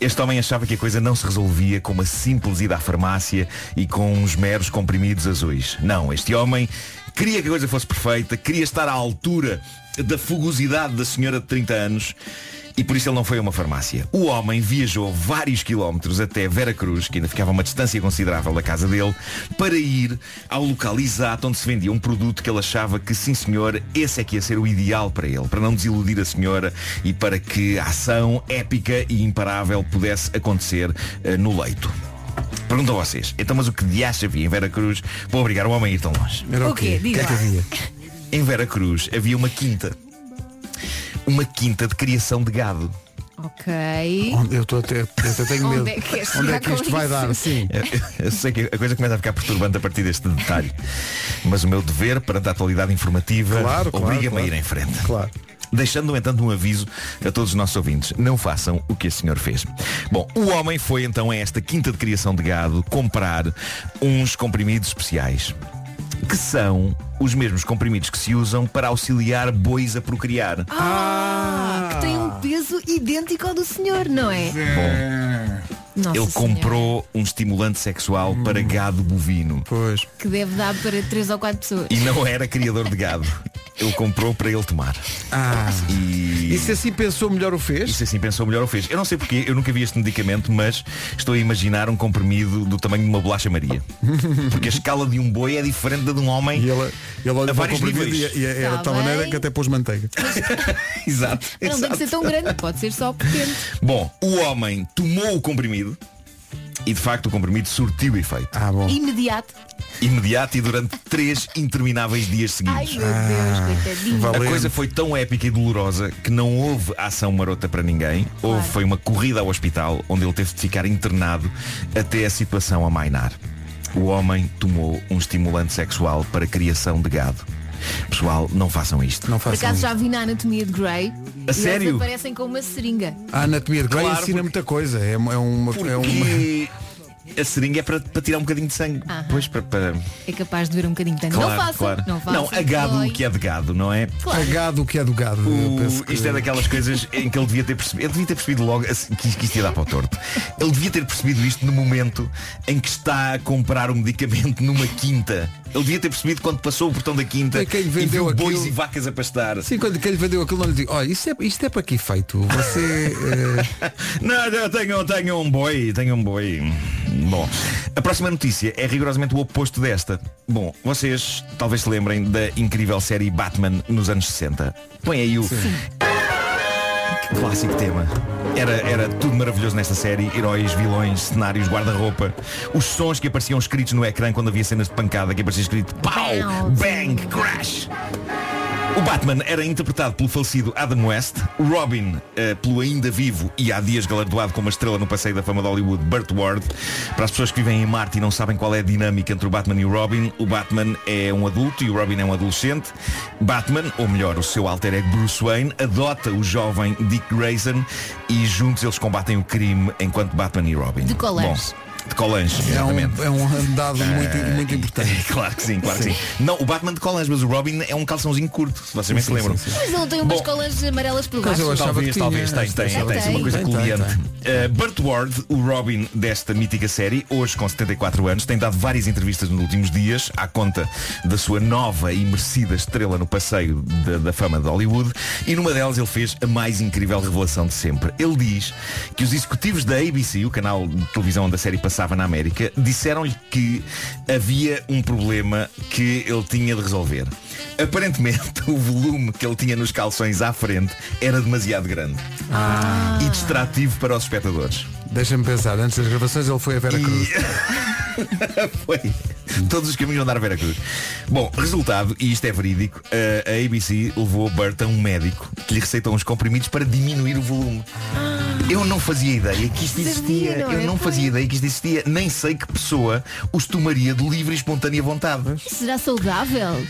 S14: este homem achava que a coisa não se resolvia com uma simples ida à farmácia e com uns meros comprimidos azuis. Não, este homem queria que a coisa fosse perfeita, queria estar à altura da fugosidade da senhora de 30 anos e por isso ele não foi a uma farmácia. O homem viajou vários quilómetros até Vera Cruz, que ainda ficava a uma distância considerável da casa dele, para ir ao local exato onde se vendia um produto que ele achava que, sim senhor, esse é que ia ser o ideal para ele, para não desiludir a senhora e para que a ação épica e imparável pudesse acontecer eh, no leito. Pergunto a vocês, então mas o que de acha havia em Vera Cruz para obrigar o homem a ir tão longe?
S2: Era o O quê? quê? Diga
S14: O que é que
S2: lá.
S14: havia? Em Vera Cruz havia uma quinta. Uma quinta de criação de gado.
S2: Ok.
S1: Eu estou até, até tenho
S2: Onde
S1: medo.
S2: é que queres
S1: Onde é
S2: chegar
S1: que
S2: com
S1: isto vai
S2: isso?
S1: dar? Sim.
S14: Eu, eu sei que a coisa começa a ficar perturbante a partir deste detalhe. Mas o meu dever, perante a atualidade informativa,
S1: Claro, claro,
S14: obriga-me
S1: claro.
S14: a ir em frente. Deixando, no entanto, um aviso a todos os nossos ouvintes. Não façam o que esse senhor fez. Bom, o homem foi então a esta quinta de criação de gado comprar uns comprimidos especiais. Que são os mesmos comprimidos que se usam para auxiliar bois a procriar.
S2: Ah, que tem um peso idêntico ao do senhor, não é? Nossa
S14: Ele
S2: Senhora.
S14: comprou um estimulante sexual para
S1: Hum.
S14: gado bovino.
S1: Pois.
S2: Que deve dar para três ou quatro pessoas.
S14: E não era criador de gado. Ele comprou para ele tomar.
S1: Ah.
S14: E...
S1: E se assim pensou melhor o fez?
S14: Isso assim pensou melhor ou fez. Eu não sei porque, eu nunca vi este medicamento, mas estou a imaginar um comprimido do tamanho de uma bolacha
S1: *laughs*
S14: Maria. Porque a escala de um boi é diferente da de um homem. E
S1: ela, ele olha para o
S14: a vários
S1: comprimido
S14: níveis.
S1: e, e era de tal
S2: Tá
S1: maneira
S2: bem.
S1: que até pôs manteiga.
S14: *laughs* Exato.
S2: Mas Não tem que ser tão grande, pode ser só pequeno.
S14: Bom, o homem tomou o comprimido e de facto o comprimido surtiu efeito.
S1: Ah, bom.
S2: Imediato.
S14: Imediato e durante três intermináveis dias seguidos.
S2: Ai meu Deus,
S14: Ah,
S2: coitadinho.
S14: A coisa foi tão épica e dolorosa que não houve ação marota para ninguém. Houve foi uma corrida ao hospital onde ele teve de ficar internado até a situação amainar. O homem tomou um estimulante sexual para criação de gado. Pessoal, não façam isto.
S1: Não
S2: Por acaso já vi na anatomia de Grey. e eles
S14: sério?
S2: aparecem com uma seringa.
S1: A anatomia de Grey
S14: Claro,
S1: ensina muita coisa. É, é uma. É *laughs* uma...
S14: E a seringa é para, para tirar um bocadinho de sangue.
S2: Aham.
S14: Pois para. para-
S2: É capaz de ver um bocadinho tanto.
S14: Claro,
S2: não façam,
S14: claro.
S2: não façam.
S14: a gado o
S2: dói.
S14: que é de gado, não é?
S1: A gado que é do gado. eu
S14: O-
S1: penso que-
S14: Isto é daquelas coisas em que ele devia ter percebido. Ele devia ter percebido logo assim, que, que isto ia dar para o torto. Ele devia ter percebido isto no momento em que está a comprar um medicamento numa quinta. Ele devia ter percebido quando passou o portão da quinta
S1: E quem
S14: e
S1: vendeu
S14: viu bois
S1: aquilo-
S14: e vacas a pastar.
S1: Sim, quando quem lhe vendeu aquilo não lhe digo, olha, isto é, isto é para aqui feito. Você. eh,
S14: Não, não, tenho, tenho um boi, tenho um boi. Bom, a próxima notícia é rigorosamente o oposto desta. Bom, vocês talvez se lembrem da incrível série Batman nos anos 60. Põe aí o. Que clássico tema. Era, era tudo maravilhoso nesta série. Heróis, vilões, cenários, guarda-roupa. Os sons que apareciam escritos no ecrã quando havia cenas de pancada, que aparecia escrito pau, bang, crash. O Batman era interpretado pelo falecido Adam West, o Robin eh, pelo ainda vivo e há dias galardoado como uma estrela no passeio da fama de Hollywood, Burt Ward. Para as pessoas que vivem em Marte e não sabem qual é a dinâmica entre o Batman e o Robin, o Batman é um adulto e o Robin é um adolescente. Batman, ou melhor, o seu alter ego Bruce Wayne, adota o jovem Dick Grayson e juntos eles combatem o crime enquanto Batman e Robin.
S2: De colãs.
S14: Bom, de colãs, exatamente.
S1: É um dado muito, muito
S2: *laughs*
S1: importante.
S14: É, Claro que sim, claro que sim. Não, o Batman de colãs, mas o Robin é um calçãozinho curto, se vocês bem se
S2: Sim,
S14: lembram.
S2: Mas ele tem umas colas amarelas por baixo.
S14: talvez, talvez, tem, tem, tem, tem, uma coisa coliante. Uh, Burt Ward, o Robin desta mítica série, hoje com 74 anos, tem dado várias entrevistas nos últimos dias, à conta da sua nova e merecida estrela no passeio da, da fama de Hollywood, e numa delas ele fez a mais incrível revelação de sempre. Ele diz que os executivos da ABC, o canal de televisão onde a série passava na América, disseram-lhe que havia um problema que ele tinha de resolver. Aparentemente, *laughs* o volume que ele tinha nos calções à frente era demasiado grande e distrativo para os espectadores.
S1: Deixa-me pensar, antes das gravações ele foi a Vera Cruz.
S14: *laughs* Foi. Todos os caminhos andaram a Vera Cruz. Bom, resultado, e isto é verídico, a a ABC levou Bert a um médico que lhe receitou uns comprimidos para diminuir o volume.
S1: Ah.
S14: Eu não fazia ideia que isto existia.
S7: não
S14: Eu
S7: é?
S14: não fazia ideia que isto existia. Nem sei que pessoa os tomaria de livre e espontânea vontade.
S2: Será saudável?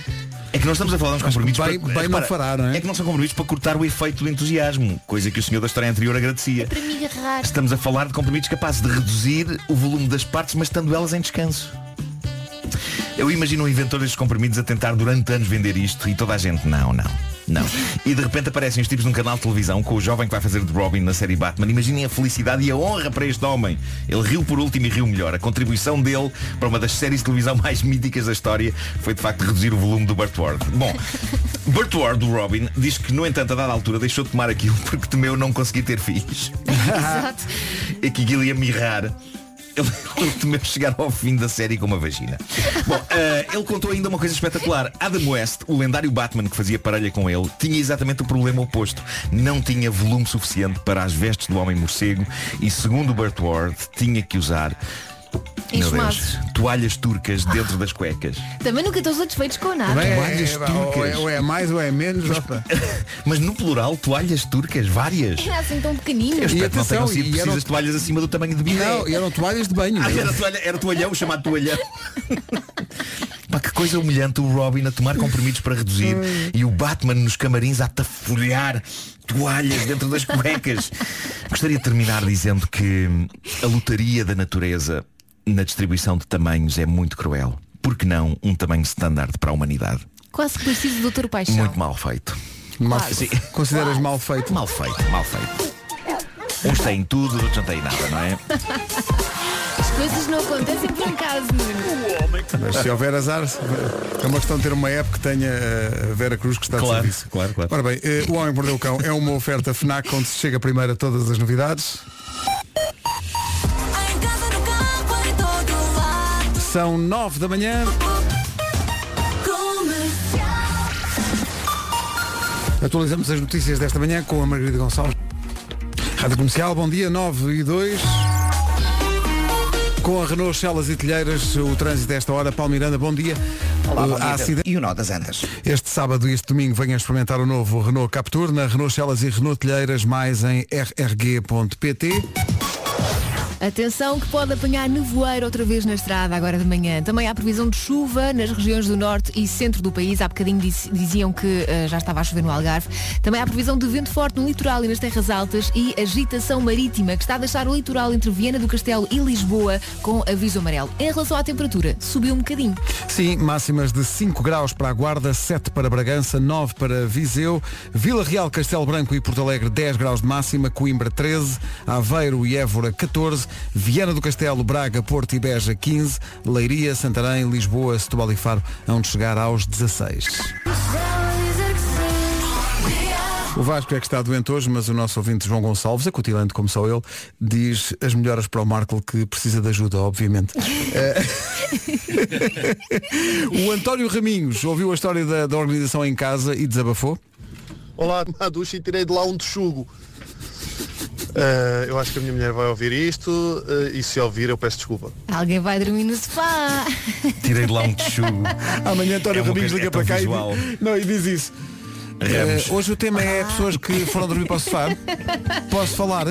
S14: É que nós estamos a falar dos compromissos
S1: Bem-
S14: para,
S1: bem
S14: repara,
S1: não fará, não é?
S14: que não são compromissos para cortar o efeito do entusiasmo, coisa que o senhor da história anterior agradecia.
S2: Para me agarrar.
S14: Estamos a falar de compromissos capazes de reduzir o volume das partes, mas estando elas em descanso. Eu imagino um inventor destes comprimidos a tentar durante anos vender isto e toda a gente, não, não, não. E de repente aparecem os tipos num canal de televisão com o jovem que vai fazer de Robin na série Batman. Imaginem a felicidade e a honra para este homem. Ele riu por último e riu melhor. A contribuição dele para uma das séries de televisão *laughs* mais míticas da história foi de facto reduzir o volume do Burt Ward. Bom, Burt Ward, do Robin, diz que, no entanto, a dada altura deixou de tomar aquilo *laughs* porque temeu não conseguir ter filhos.
S2: Exato.
S14: É que aquilo ia mirrar. Ele *laughs* ele temeu chegar ao fim da série com uma vagina. Bom, eh, ele contou ainda uma coisa espetacular. Adam West, o lendário Batman que fazia parelha com ele, tinha exatamente o problema oposto. Não tinha volume suficiente para as vestes do homem morcego e, segundo Burt Ward, tinha que usar meu Deus,
S2: Enxumados.
S14: toalhas turcas dentro das cuecas. *laughs*
S2: Também nunca estão satisfeitos com nada.
S1: Toalhas turcas. Ou é mais ou é menos.
S14: Mas no plural, toalhas turcas, várias.
S2: Era assim tão pequenino.
S14: Eu espero que não
S1: atenção,
S14: tenham sido
S1: e eram-
S14: precisas de toalhas acima do tamanho de bidé.
S1: Não, eram toalhas de banho.
S14: Ah, era, toalha, era toalhão, chamado toalhão. Pá, que coisa humilhante o Robin a tomar comprimidos para reduzir e o Batman nos camarins a tafolhar toalhas dentro das cuecas. Gostaria de terminar dizendo que a lotaria da natureza na distribuição de tamanhos é muito cruel. Por que não um tamanho standard para a humanidade?
S2: Quase que preciso do Doutor Paixão.
S14: Muito mal feito.
S1: Mal
S2: Claro.
S14: Sim.
S1: Consideras mal feito?
S14: Mal feito, mal feito. Uns têm tudo, os outros não têm nada, não é?
S2: As coisas não acontecem por acaso, Nuno.
S1: Mas se houver azar, é uma questão de ter uma app que tenha eh, a Vera Cruz que está de
S14: Claro,
S1: serviço.
S14: claro, claro.
S1: Ora bem, eh, o Homem que Mordeu o Cão é uma oferta FNAC onde se chega primeiro a todas as novidades. São nove da manhã. Atualizamos as notícias desta manhã com a Margarida Gonçalves. Rádio Comercial, bom dia, 9 e 2. Com a Renault, Celas e Telheiras, o trânsito desta hora. Paulo Miranda, bom dia.
S3: Olá, bom
S1: Uh,
S3: dia,
S1: há
S3: Pedro. E o nó das andas.
S1: Este sábado e este domingo venha experimentar o novo Renault Captur na Renault Celas e Renault Telheiras, mais em rrg.pt.
S2: Atenção que pode apanhar nevoeiro outra vez na estrada agora de manhã. Também há previsão de chuva nas regiões do norte e centro do país. Há bocadinho dis- diziam que eh, já estava a chover no Algarve. Também há previsão de vento forte no litoral e nas terras altas e agitação marítima que está a deixar o litoral entre Viena do Castelo e Lisboa com aviso amarelo. Em relação à temperatura, subiu um bocadinho.
S1: Sim, máximas de 5 graus para a Guarda, 7 para Bragança, 9 para Viseu, Vila Real, Castelo Branco e Porto Alegre 10 graus de máxima, Coimbra 13, Aveiro e Évora 14, Viana do Castelo, Braga, Porto e Beja 15, Leiria, Santarém, Lisboa, Setúbal e Faro, onde chegar aos 16. O Vasco é que está doente hoje, mas o nosso ouvinte João Gonçalves, acutilante como sou ele, diz as melhoras para o Marco que precisa de ajuda, obviamente. Eh, o António Raminhos ouviu a história da, da organização em casa e desabafou.
S17: Olá, na ducha e tirei de lá um texugo. Ah, eu acho que a minha mulher vai ouvir isto ah, e se ouvir eu peço desculpa.
S2: Alguém vai dormir no sofá.
S14: Tirei de lá um texugo.
S1: Amanhã António
S14: É uma
S1: Raminhos
S14: coisa-
S1: liga
S14: é tão
S1: para cá e,
S14: visual.
S1: di- não, e diz isso. Eh, hoje o tema
S2: *laughs*
S1: é pessoas que foram dormir para o sofá. Posso falar?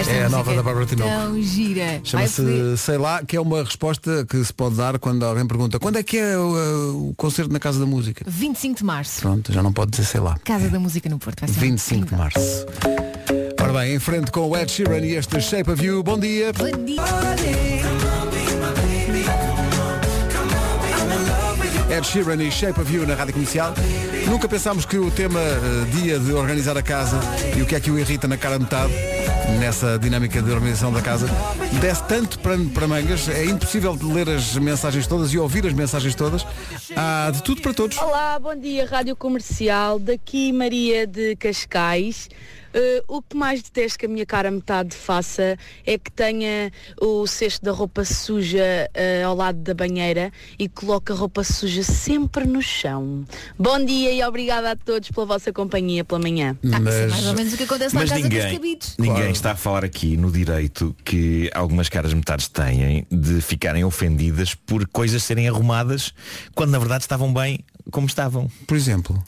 S2: Esta
S1: É a nova
S2: música
S1: da Bárbara Tinoco.
S2: Tão gira. Vai poder-
S1: Chama-se Sei Lá, que é uma resposta que se pode dar quando alguém pergunta quando é que é o, uh, o concerto na Casa da Música?
S2: 25 de março.
S1: Pronto, já não pode dizer Sei Lá.
S2: Casa da Música no Porto. Vai ser
S1: 25 de março. Ora bem, em frente com o Ed Sheeran e este Shape of You. Bom dia.
S2: Bom dia.
S1: Ed Sheeran e Shape of You na Rádio Comercial. Nunca pensámos que o tema eh, dia de organizar a casa e o que é que o irrita na cara de metade nessa dinâmica de organização da casa desce tanto para, para mangas é impossível de ler as mensagens todas e ouvir as mensagens todas há de tudo para todos
S20: Olá, bom dia Rádio Comercial, daqui Maria de Cascais. Eh, o que mais detesto que a minha cara metade faça é que tenha o cesto da roupa suja eh, ao lado da banheira e coloque a roupa suja sempre no chão. Bom dia e obrigada a todos pela vossa companhia pela manhã.
S14: Mas-
S2: Tá, é mais ou menos o que acontece lá
S14: mas
S2: na Casa dos
S14: ninguém,
S2: Cabides.
S14: ninguém está a falar aqui no direito que algumas caras metades têm de ficarem ofendidas por coisas serem arrumadas quando na verdade estavam bem como estavam.
S1: Por exemplo?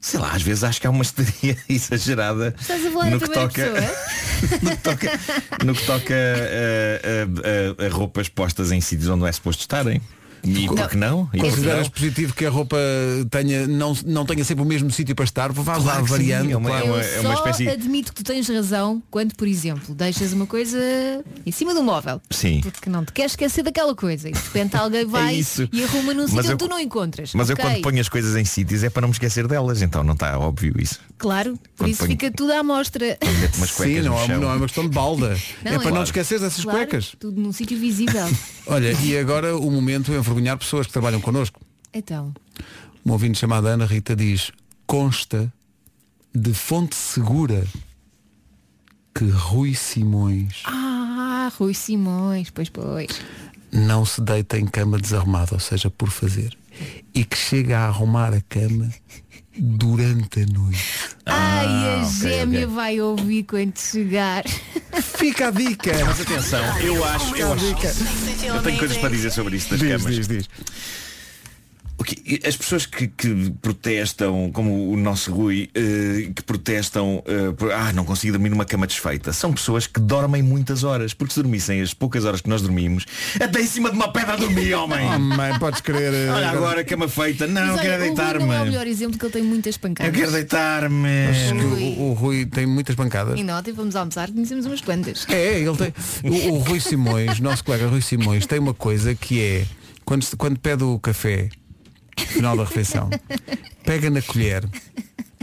S14: Sei lá, às vezes acho que há uma histeria *laughs* exagerada
S2: Estás a voar
S14: no
S2: a
S14: que
S2: primeira
S14: toca
S2: pessoa?
S14: *laughs* no que toca a, a- a- a roupas postas em sítios onde não é suposto estarem. E por que não? E por que
S1: Consideras
S14: não?
S1: positivo que a roupa tenha, não, não tenha sempre o mesmo sítio para estar? Vá lá
S14: que sim,
S1: variando.
S14: é uma-
S1: claro.
S14: é uma- é uma
S2: Só
S14: espécie-
S2: admito que tu tens razão quando, por exemplo, deixas uma coisa em cima do móvel.
S14: Sim. É
S2: Porque não te queres esquecer daquela coisa. E de
S14: *laughs*
S2: repente alguém vai
S14: isso.
S2: e arruma num
S14: Mas
S2: sítio onde
S14: eu-
S2: tu não encontras.
S14: Mas eu
S2: Ok.
S14: quando ponho as coisas em sítios é para não me esquecer delas, então não está óbvio isso.
S2: Claro, por
S14: quando
S2: isso
S14: ponho-
S2: fica tudo à amostra. *laughs*
S14: Meto umas
S1: Sim,
S14: cuecas
S1: não,
S14: no
S1: é-
S14: chão.
S1: não é uma questão de balda. é para não te esqueceres dessas
S2: claro,
S1: cuecas.
S2: Tudo num sítio
S14: *laughs*
S2: visível.
S1: Olha, e agora o momento é envergonhar pessoas que trabalham connosco.
S2: então,
S1: Uma Um ouvinte chamada Ana Rita diz, consta de fonte segura que Rui Simões
S2: ah, Rui Simões, pois pois.
S1: não se deita em cama desarrumada, ou seja, por fazer. E que chega a arrumar a cama durante a noite.
S2: Ai, a
S14: Ah,
S1: ok,
S2: gêmea
S1: ok.
S2: vai ouvir quando chegar.
S1: Fica a dica.
S14: Mas
S2: Então,
S14: atenção, eu acho, eu acho. Eu tenho coisas para dizer sobre isso das camas. O que- As pessoas que, que protestam, como o nosso Rui, eh, que protestam, eh, por, ah, não consigo dormir numa cama desfeita, são pessoas que dormem muitas horas, porque se dormissem as poucas horas que nós dormimos, até em cima de uma pedra dormi, homem!
S1: Oh, mãe, podes querer. eh,
S14: Olha agora, cama feita, não,
S2: Mas olha, O
S14: quero
S2: Rui não é o
S14: deitar-me.
S2: melhor exemplo que ele tem muitas pancadas.
S14: Eu quero deitar-me.
S1: Acho que o, o Rui tem muitas bancadas.
S2: E nota, vamos almoçar, conhecemos umas quantas.
S1: É, ele tem. *laughs* O, o Rui Simões, nosso colega Rui Simões, tem uma coisa que é quando, se- quando pede o café no final da refeição, pega na colher,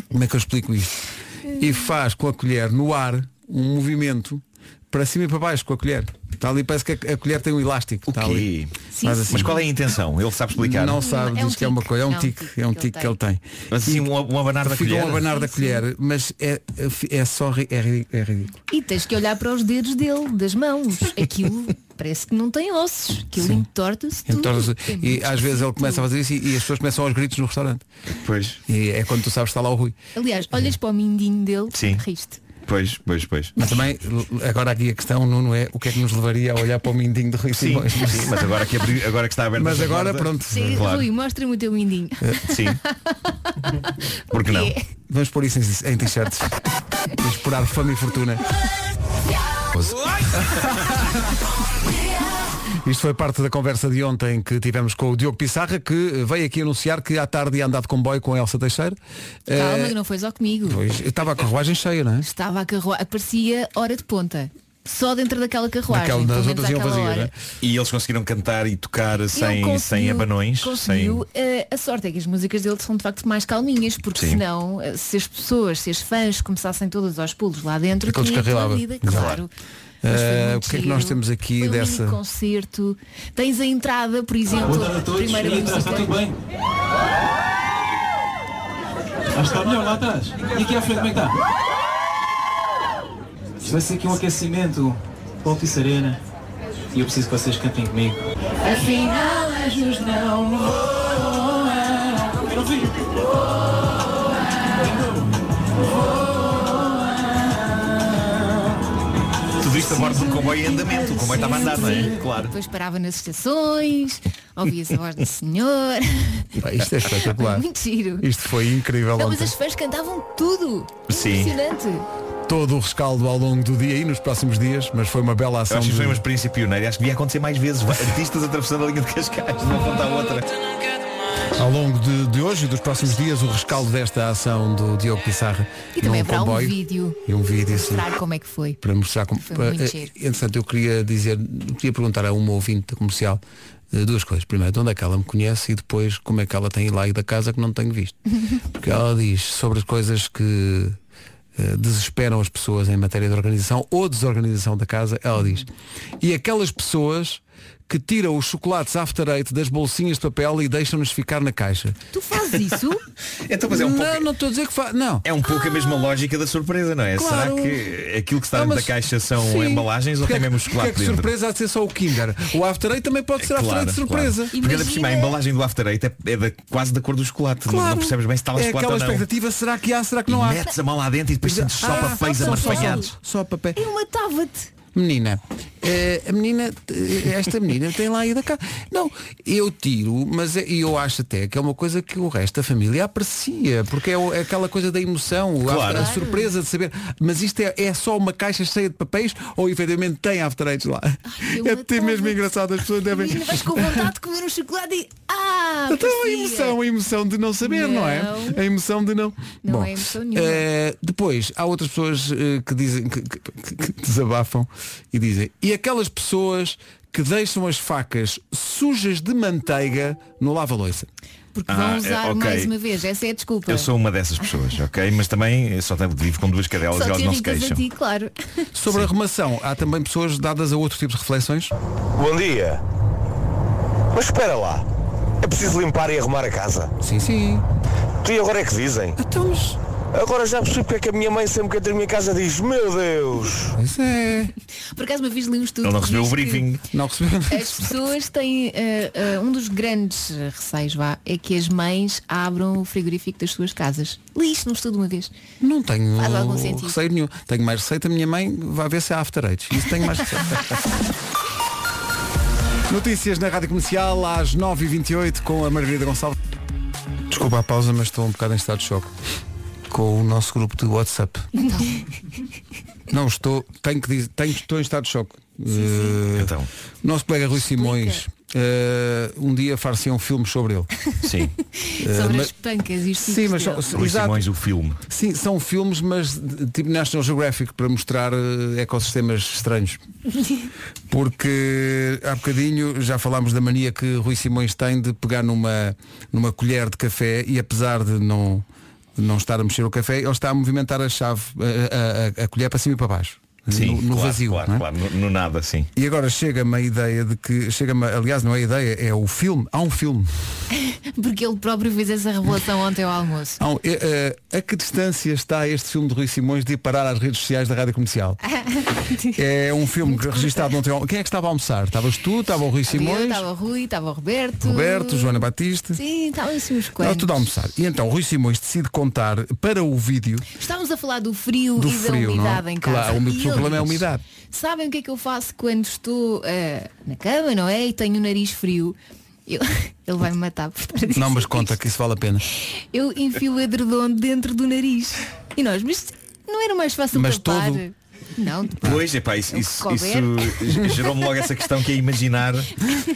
S1: como é que eu explico isto? E faz com a colher no ar um movimento para cima e para baixo com a colher. Está ali, parece que a, a colher tem um elástico. está ali.
S14: Sim,
S1: Faz assim.
S14: sim. Mas qual é a intenção? Ele sabe explicar?
S1: Não sabe,
S14: É um
S1: diz que é uma
S14: tique.
S1: coisa, é um tique, é um tique que ele tem.
S14: Mas assim,
S1: E
S14: um, um abanar da
S1: Fica
S14: colher.
S1: um abanar da colher, mas é, é só ri- é ri- é ridículo.
S2: E tens que olhar para os dedos dele, das mãos.
S14: *laughs*
S2: Aquilo parece que não tem ossos. Aquilo entorta-se tudo. é
S1: Entorna-se. e às vezes ele começa a fazer isso e, e as pessoas começam aos gritos no restaurante.
S14: Pois.
S1: E é quando tu sabes que está lá o Rui.
S2: Aliás, olhas para o mindinho dele,
S1: Sim.
S2: riste.
S14: Pois, pois, pois.
S1: Mas também, l- agora aqui a questão, Nuno, é o que é que nos levaria a olhar para o mindinho de Rui
S14: Sim,
S1: Simões.
S14: sim, mas agora que, abri- agora que está aberto
S1: Mas agora, pronto.
S2: Sim, Rui, mostra-me o teu mindinho. *laughs*
S14: Sim. Porque não?
S1: Vamos pôr isso em, em t-shirts. Vamos esperar fama e
S14: *laughs*
S1: fortuna. Isto foi parte da conversa de ontem que tivemos com o Diogo Pissarra, que veio aqui anunciar que à tarde ia andar de comboio com a Elsa Teixeira.
S2: Calma,
S1: Eh,
S2: que não foi só comigo.
S1: pois, estava a carruagem cheia, não é?
S2: Estava a carruagem, aparecia hora de ponta. Só dentro daquela carruagem.
S14: Naquela-
S2: pelo
S14: nas
S2: menos
S14: outras iam
S2: àquela
S14: vazias,
S2: hora.
S14: né? E eles conseguiram cantar e tocar
S2: Ele
S14: sem,
S2: conseguiu-
S14: sem abanões.
S2: Conseguiu.
S14: Sem...
S2: Eh, a sorte é que as músicas dele são de facto mais calminhas, porque
S14: Sim.
S2: senão, eh, se as pessoas, se as fãs começassem todas aos pulos lá dentro,
S1: Aquele
S2: tinha
S1: descarrilava.
S2: perdida, claro. Mas foi
S1: Eh,
S2: muito
S1: o que é que nós
S2: giro.
S1: temos aqui
S2: Foi um
S1: dessa.
S2: mini concerto. Tens a entrada, por exemplo.
S21: Boa tarde a todos.
S2: Primeira
S21: Como é que está?
S2: música.
S21: Está tudo bem? Ah, está melhor lá atrás. E aqui à frente, como é que está? Isto vai ser aqui um aquecimento para o Altice Arena. E eu preciso que vocês cantem comigo.
S6: Afinal, anjos não
S14: Tudo isto
S7: isto a bordo do comboio em andamento. O comboio estava a andar, não é? Claro.
S2: Depois parava nas estações, ouvia-se a
S1: *laughs*
S2: voz do senhor.
S1: Pá, isto é espetacular.
S2: *laughs* Muito giro.
S1: Isto foi incrível
S2: Não, mas
S1: ontem.
S2: as fãs cantavam tudo.
S1: então. Sim.
S2: Impressionante.
S1: Todo o rescaldo ao longo do dia e nos próximos dias, mas foi uma bela
S7: Eu
S1: ação.
S7: acho que
S1: de-
S7: foi uma experiência pioneira. Acho que devia acontecer mais vezes. *laughs* Artistas atravessando a linha de Cascais, de uma ponta à outra.
S1: Ao longo de, de hoje e dos próximos dias, o rescaldo desta ação do Diogo Pissarra
S2: E também
S1: num
S2: haverá um
S1: comboio.
S2: vídeo
S1: E um vídeo, sim.
S2: mostrar como é que foi.
S1: para mostrar como.
S2: Foi muito
S1: eh,
S2: giro.
S1: Entretanto, eu queria dizer, eu queria perguntar a uma ouvinte da comercial eh, duas coisas. Primeiro, de onde é que ela me conhece e depois como é que ela tem lá e da casa que não tenho
S2: *laughs*
S1: visto. Porque ela diz sobre as coisas que eh, desesperam as pessoas em matéria de organização ou desorganização da casa, ela diz. E aquelas pessoas que tiram os chocolates after eight das bolsinhas de papel e deixam-nos ficar na caixa.
S2: Tu fazes
S1: *laughs*
S2: isso?
S7: Então, mas é um pouco-
S1: Não, não estou a dizer que faz. Não.
S7: É um pouco a mesma lógica da surpresa, não é?
S1: Claro.
S7: Será que aquilo que está
S1: Não,
S7: dentro
S1: mas-
S7: da caixa são
S1: Sim.
S7: embalagens ou tem
S1: Porque é que-
S7: mesmo
S1: porque
S7: chocolate
S1: é que
S7: dentro? É
S1: surpresa há de ser só o Kinder. O After Eight também pode ser After Eight de surpresa.
S7: claro. Porque ainda por cima a embalagem do After Eight é, é da- quase da cor do chocolate. Não- Não,
S1: Claro.
S7: percebes bem se está lá
S1: é
S7: chocolate
S1: aquela
S7: ou não.
S1: expectativa, será que há, será que não há?
S7: Metes a mão lá dentro e depois sentes só
S1: Ah,
S7: papéis
S1: só- só- só-
S7: amarfanhados.
S1: Só papéis.
S2: Eu matava-te.
S1: Menina, eh, a menina, eh, esta menina tem lá ida cá. Não, eu tiro, mas é- e eu acho até que é uma coisa que o resto da família aprecia, porque é, o- é aquela coisa da emoção, o
S7: Claro.
S1: after- a
S7: Claro.
S1: surpresa de saber. Mas isto é, é só uma caixa cheia de papéis ou efetivamente tem after eights lá? é até mesmo engraçado, as pessoas devem.
S2: Menina, vais com vontade de comer um chocolate e. Ah!
S1: Então a
S2: parecia.
S1: emoção, a emoção de não saber, não, é?
S2: Não.
S1: A emoção de não.
S2: Não
S1: Bom,
S2: é emoção nenhuma.
S1: eh, depois, há outras pessoas eh, que dizem, que, que- que- que desabafam e dizem, e aquelas pessoas que deixam as facas sujas de manteiga no lava-loiça.
S2: Porque vão usar mais uma vez, essa é a desculpa.
S7: Ah, é, Eu sou uma dessas pessoas, ok? Mas também eu só tenho vivo com duas cadelas
S2: Só
S7: e elas
S2: te
S7: não se
S2: ricas a
S7: queixam.
S2: ti, claro. *laughs*
S1: Sobre a remação, há também pessoas dadas a outro tipo de reflexões?
S18: Bom dia. Mas espera lá. É preciso limpar e arrumar a casa.
S1: Sim, sim. Então,
S18: E agora é que dizem? Agora já percebi porque é que a minha mãe sempre que entra na minha casa diz Meu Deus!
S1: Isso é.
S2: Por acaso uma vez li um estudo. que diz que
S1: Não recebeu.
S2: As pessoas têm. eh, eh, um dos grandes eh, receios, vá, é que as mães abram o frigorífico das suas casas. Li isto num estudo uma vez.
S1: Não tenho
S2: Faz algum sentido.
S1: receio nenhum. Tenho mais receita, minha mãe vai ver se há after eights. Isso tenho mais receita. *laughs* Notícias na Rádio Comercial às 9h28 com a Margarida Gonçalves. Desculpa a pausa, mas estou um bocado em estado de choque com o nosso grupo de WhatsApp.
S2: Então.
S1: Não estou, tenho que dizer, tenho, estou em estado de choque. Eh,
S2: Então.
S7: Então,
S1: Nosso colega Rui Simões, eh, um dia far-se um filme sobre
S2: *laughs*
S1: ele. *laughs*
S7: Sim. Eh,
S2: Sobre as pancas e os
S1: Sim,
S2: tipos
S1: mas
S2: dele.
S1: só- exato.
S7: o filme.
S1: Sim, são filmes, mas de- tipo National Geographic, para mostrar eh, ecossistemas estranhos. Porque há bocadinho já falámos da mania que Rui Simões tem de pegar numa, numa colher de café e apesar de não, de não estar a mexer o café, ele está a movimentar a chave, a, a- a- a colher para cima e para baixo.
S7: Sim,
S1: no, no
S7: claro,
S1: vazio.
S7: Claro,
S1: não é?
S7: claro, no, no nada, sim.
S1: E agora chega-me a ideia de que. Chega-me, aliás, não é a ideia, é o filme. Há um filme.
S2: Porque ele próprio fez essa revelação ontem ao almoço.
S1: Há um- eh, eh, a que distância está este filme de Rui Simões de ir parar às redes sociais da Rádio
S2: *laughs*
S1: Comercial? É um filme que registado ontem. ao- Quem é que estava a almoçar? Estavas tu, estava o Rui
S2: Eu
S1: Simões,
S2: Estava o Rui, estava o Roberto.
S1: Roberto, Joana Batista.
S2: Sim, estavam assim uns
S1: Estava
S2: quantos.
S1: tudo a almoçar. E então o Rui Simões decide contar para o vídeo
S2: Estávamos a falar do frio
S1: do
S2: e da
S1: frio, não
S2: umidade
S1: é?
S2: em casa.
S1: Claro, o meu
S2: E ele
S1: problema é a
S2: diz,
S1: umidade.
S2: Sabem o que é que eu faço quando estou eh, na cama, não é? E tenho o nariz frio. Eu- *laughs* ele vai me matar por estar a dizer
S1: Não, mas conta que isso vale a pena.
S2: Eu enfio o edredom dentro do nariz. E nós, mas não era mais fácil
S7: Mas
S2: tapar?
S7: todo?
S2: Não,
S7: Pois, epá, isso, isso,
S2: couber.
S7: isso gerou-me logo essa questão que é imaginar.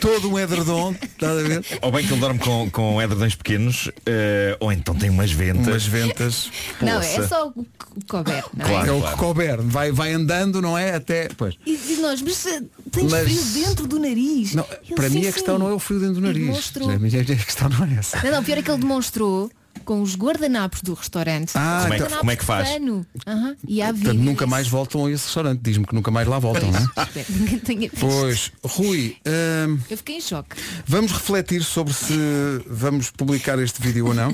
S1: Todo um edredom, estás a ver?
S7: Ou bem que ele dorme com, com edredões pequenos, eh, ou então tem umas ventas.
S1: Umas ventas.
S2: não é só o que o couber, não
S7: Claro,
S1: é o
S7: claro.
S1: que couber. Vai, vai andando, não é? Até. Pois.
S2: é? E, e nós, mas eh, tens
S1: Mas-
S2: frio dentro do nariz.
S1: Não,
S2: Ele,
S1: para mim
S2: sim,
S1: a questão
S2: sim.
S1: não é o frio dentro do nariz.
S2: Demonstrou.
S1: A minha- a minha questão não é essa.
S2: Não, não, pior é que ele demonstrou com os guardanapos do restaurante.
S1: Ah,
S2: Os
S1: então-
S2: guardanapos
S1: como é que faz?
S2: de pano. Aham, E há
S1: Portanto,
S2: vídeo.
S1: nunca mais voltam a esse restaurante. Diz-me que nunca mais lá voltam, não é?
S2: Espero que ninguém tenha visto.
S1: Pois, Rui, hum,
S2: Eu fiquei em choque.
S1: vamos refletir sobre se vamos publicar este vídeo ou não.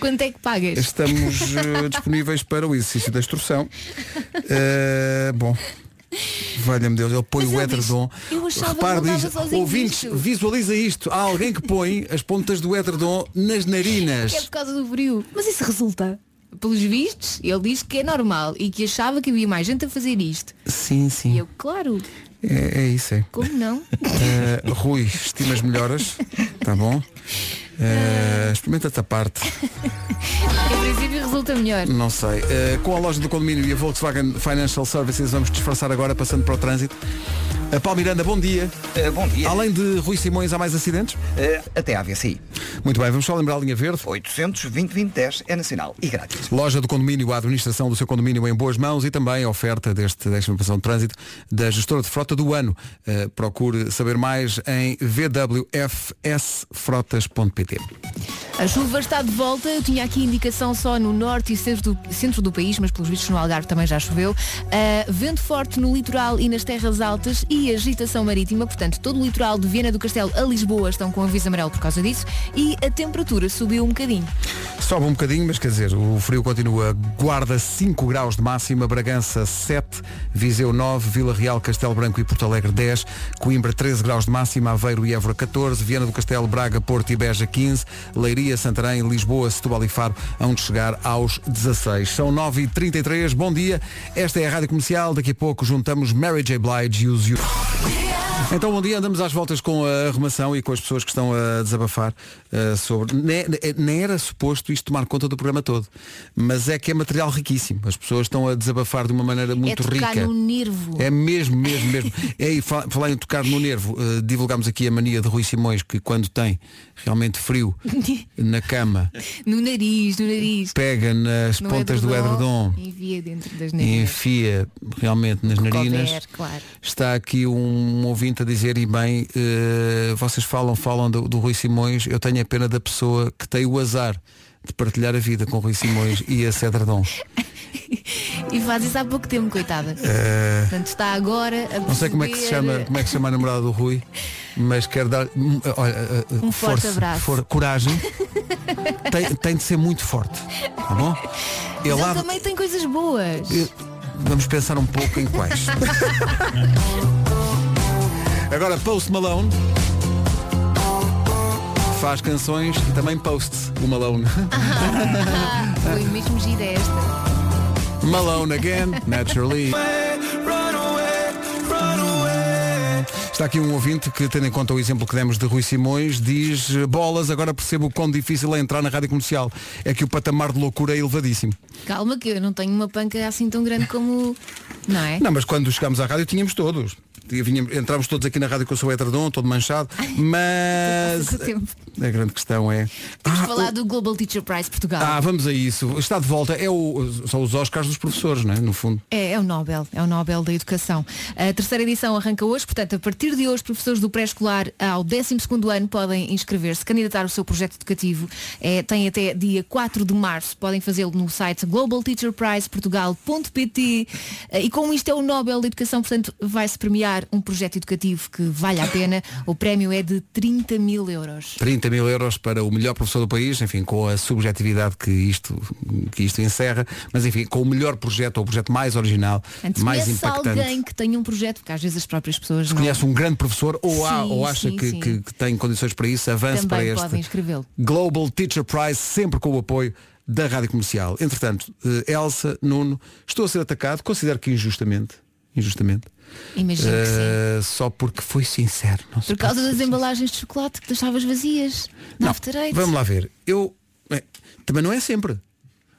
S2: Quanto é que pagas?
S1: Estamos eh, disponíveis para o exercício da instrução. Eh, bom. Valha-me Deus, ele põe
S2: Mas
S1: o
S2: ele diz,
S1: edredom.
S2: "Eu achava que
S1: Repare,
S2: não dava
S1: diz,
S2: sozinho
S1: ouvintes,
S2: nisto."
S1: visualiza isto. Há alguém que põe as pontas do edredom nas narinas.
S2: Que é por causa do frio. Mas isso resulta. Pelos vistos, ele diz que é normal e que achava que havia mais gente a fazer isto.
S1: Sim, sim.
S2: E eu, claro,
S1: É, é isso, é.
S2: como não?
S1: Eh, Rui, estimas melhoras, tá bom? Eh, Experimenta-te a parte.
S2: Em princípio resulta melhor.
S1: Não sei. Eh, com a loja do condomínio e a Volkswagen Financial Services, vamos disfarçar agora passando para o trânsito. A Paulo Miranda, bom dia.
S14: Ah,
S3: bom dia.
S1: Além de Rui Simões, há mais acidentes?
S3: até à VCI.
S1: Muito bem, vamos só lembrar a linha verde.
S3: 820-2010 é nacional e grátis.
S1: Loja do condomínio, a administração do seu condomínio em boas mãos e também a oferta deste décima passão de trânsito da gestora de frota do ano. Eh, procure saber mais em vwfsfrotas.pt.
S2: A chuva está de volta, eu tinha aqui indicação só no norte e centro do, centro do país, mas pelos vistos no Algarve também já choveu. Ah, vento forte no litoral e nas terras altas e agitação marítima, portanto todo o litoral de Viena do Castelo a Lisboa estão com aviso amarelo por causa disso e a temperatura subiu um bocadinho.
S1: Sobe um bocadinho, mas quer dizer, o frio continua. Guarda 5 graus de máxima, Bragança 7, Viseu 9, Vila Real, Castelo Branco e Porto Alegre 10, Coimbra 13 graus de máxima, Aveiro e Évora 14, Viana do Castelo, Braga, Porto e Beja 15, Leiria, Santarém, Lisboa, Setúbal e Faro, onde chegar aos 16. São 9 e 33 bom dia. Esta é a Rádio Comercial, daqui a pouco juntamos Mary J. Blige e os... Então, bom dia. Andamos às voltas com a arrumação e com as pessoas que estão a desabafar eh, sobre. Nem, nem- nem era suposto isto tomar conta do programa todo, mas é que é material riquíssimo. As pessoas estão a desabafar de uma maneira muito
S2: é tocar
S1: rica.
S2: no nervo.
S1: É mesmo, mesmo, mesmo. *laughs* É, e fa- falar em tocar no nervo, eh, divulgámos aqui a mania de Rui Simões que quando tem realmente
S2: *laughs*
S1: frio na cama,
S2: no nariz, no nariz.
S1: pega nas
S2: No
S1: pontas do edredom
S2: e Envia dentro das
S1: e
S2: narinas.
S1: enfia realmente nas narinas.
S2: Couber, claro. *laughs*
S1: Está aqui um ouvinte a dizer, e bem, eh, vocês falam, falam do, do Rui Simões, eu tenho a pena da pessoa que tem o azar de partilhar a vida com Rui Simões e a Cedradon.
S2: *laughs* E faz isso há pouco tempo, coitada.
S1: Eh,
S2: Portanto, está agora a
S1: não sei como é que se
S2: perceber-
S1: chama, como é que se chama a namorada do Rui, mas quero dar hum, olha, eh, eh,
S2: Um forte
S1: força,
S2: abraço.
S1: for-
S2: *laughs*
S1: coragem. tem, tem de ser muito forte, tá bom?
S2: Mas
S1: Ele
S2: ele
S1: há-
S2: também tem coisas boas.
S1: eh, vamos pensar um pouco em quais. Agora Post Malone faz canções e também Post o Malone.
S2: Ah, Foi mesmo gira esta.
S1: Malone again, naturally. Está aqui um ouvinte que, tendo em conta o exemplo que demos de Rui Simões, diz bolas, agora percebo o quão difícil é entrar na rádio comercial. É que o patamar de loucura é elevadíssimo.
S2: Calma que eu não tenho uma panca assim tão grande como. Não é?
S1: Não, mas quando chegámos à rádio tínhamos todos. E vinham- Entrámos todos aqui na rádio com o seu Etradon, todo manchado.
S2: *laughs*
S1: Mas
S2: Todo tempo.
S1: a grande questão é.
S2: Temos de falar do Global Teacher Prize Portugal.
S1: Ah, vamos a isso. Está de volta. É o, são os Oscars dos professores, não é? No fundo.
S2: É, é o Nobel, é o Nobel da Educação. A terceira edição arranca hoje, portanto, a partir de hoje, professores do pré-escolar ao 12º ano podem inscrever-se, candidatar o seu projeto educativo. É, tem até dia 4 de março, podem fazê-lo no site globalteacherprizeportugal.pt Eh, e como isto é o Nobel da Educação, portanto, vai-se premiar um projeto educativo que vale a pena. O prémio é de 30 mil euros.
S1: 30 mil euros para o melhor professor do país, enfim, com a subjetividade que isto, que isto encerra, mas enfim, com o melhor projeto, ou o projeto mais original,
S2: Antes
S1: mais
S2: conhece
S1: impactante.
S2: alguém que tenha um projeto, porque às vezes as próprias pessoas
S1: Se
S2: não
S1: conhece um grande professor ou, há,
S2: Sim,
S1: ou acha
S2: sim,
S1: que,
S2: sim.
S1: que- que tem condições para isso, avance para
S2: também
S1: este.
S2: podem inscrevê-lo.
S1: Global Teacher Prize, sempre com o apoio da Rádio Comercial. Entretanto, eh, Elsa, Nuno, estou a ser atacado, considero que injustamente, injustamente,
S2: Imagino que sim.
S1: eh, só porque fui sincero. Não se
S2: Por causa
S1: pode
S2: das
S1: ser
S2: embalagens de chocolate que deixavas vazias.
S1: Não,
S2: Na After Eight.
S1: Vamos lá ver. Eu bem, também não é sempre.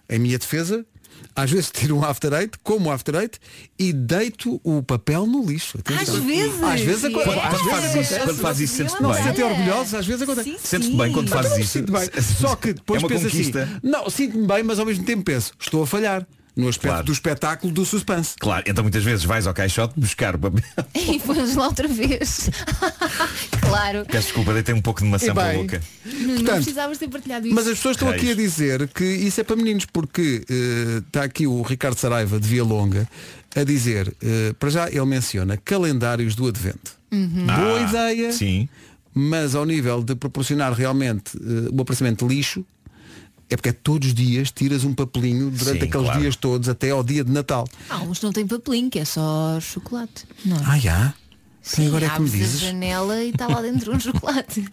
S1: Em minha defesa, às vezes tiro um after eight, como um after eight e deito o papel no lixo. Atenção.
S2: Às vezes.
S1: Às vezes
S2: É.
S1: acontece.
S2: Quando
S1: Às
S2: faz
S1: vezes
S2: isso,
S1: acontece.
S2: quando faz isso, sentes-te
S1: Não
S2: bem.
S1: sente
S14: É.
S1: orgulhoso, às vezes acontece.
S2: Sim, Sentes-te sim. bem *laughs* quando fazes
S1: Então,
S2: isso.
S1: sinto bem.
S14: *laughs*
S1: Só que depois
S14: É uma
S1: penso assim.
S14: conquista.
S1: Não, sinto-me bem, mas ao mesmo tempo penso, estou a falhar. No aspecto do espetáculo do suspense.
S14: Claro, então muitas vezes vais ao caixote buscar *laughs* o papel.
S2: E fomos lá outra vez. *laughs* claro.
S14: Peço desculpa, deitei um pouco de maçã
S1: E
S14: para a
S1: bem.
S14: boca.
S2: Não, não
S1: Portanto,
S2: precisavas ter partilhado isso.
S1: Mas as pessoas
S14: É
S1: estão aqui a dizer que isso é para meninos, porque eh, está aqui o Ricardo Saraiva de Via Longa a dizer, eh, para já ele menciona calendários do Advento.
S14: Uhum.
S1: Boa
S14: Ah,
S1: ideia, mas ao nível de proporcionar realmente eh, o aparecimento de lixo, é porque é todos os dias tiras um papelinho durante
S14: Sim,
S1: aqueles
S14: claro.
S1: dias todos até ao dia de Natal.
S2: Há Ah, uns que não têm papelinho, que é só chocolate. Não. é?
S1: Ah, já?
S2: Sim,
S1: agora é que me
S2: abres
S1: dizes. Ah.
S2: a janela e está lá dentro
S1: *laughs*
S2: um chocolate.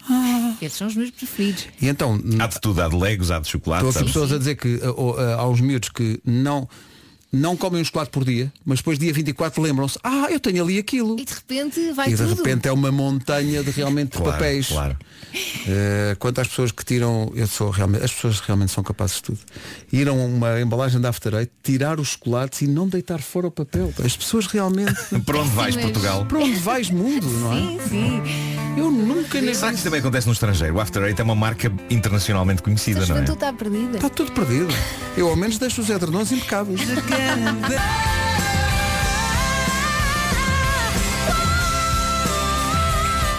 S2: Esses são os meus preferidos.
S1: E então,
S14: há de tudo, há de legos, há de chocolate.
S1: Estou aqui
S14: sabes?
S1: pessoas a dizer que a- o- a- aos miúdos que não não comem um chocolate por dia, mas depois dia 24 lembram-se, ah, eu tenho ali aquilo.
S2: E de repente vai
S1: e de
S2: tudo.
S1: repente é uma montanha de realmente de
S2: Claro,
S1: papéis.
S2: claro.
S1: Eh, quanto às pessoas que tiram, eu sou realmente, as pessoas realmente são capazes de tudo. Iram a uma embalagem da After Eight, tirar os chocolates e não deitar fora o papel. As pessoas
S14: *laughs*
S1: realmente.
S14: Para onde vais, Portugal?
S1: Para onde vais, mundo, não é? Sim,
S2: sim.
S1: Eu nunca nem.
S14: Será que isso também acontece no estrangeiro? O After Eight é uma marca internacionalmente conhecida,
S2: A
S14: não é?
S2: juventude está perdida.
S1: Está Tá tudo perdido. Eu ao menos deixo os edredons impecáveis.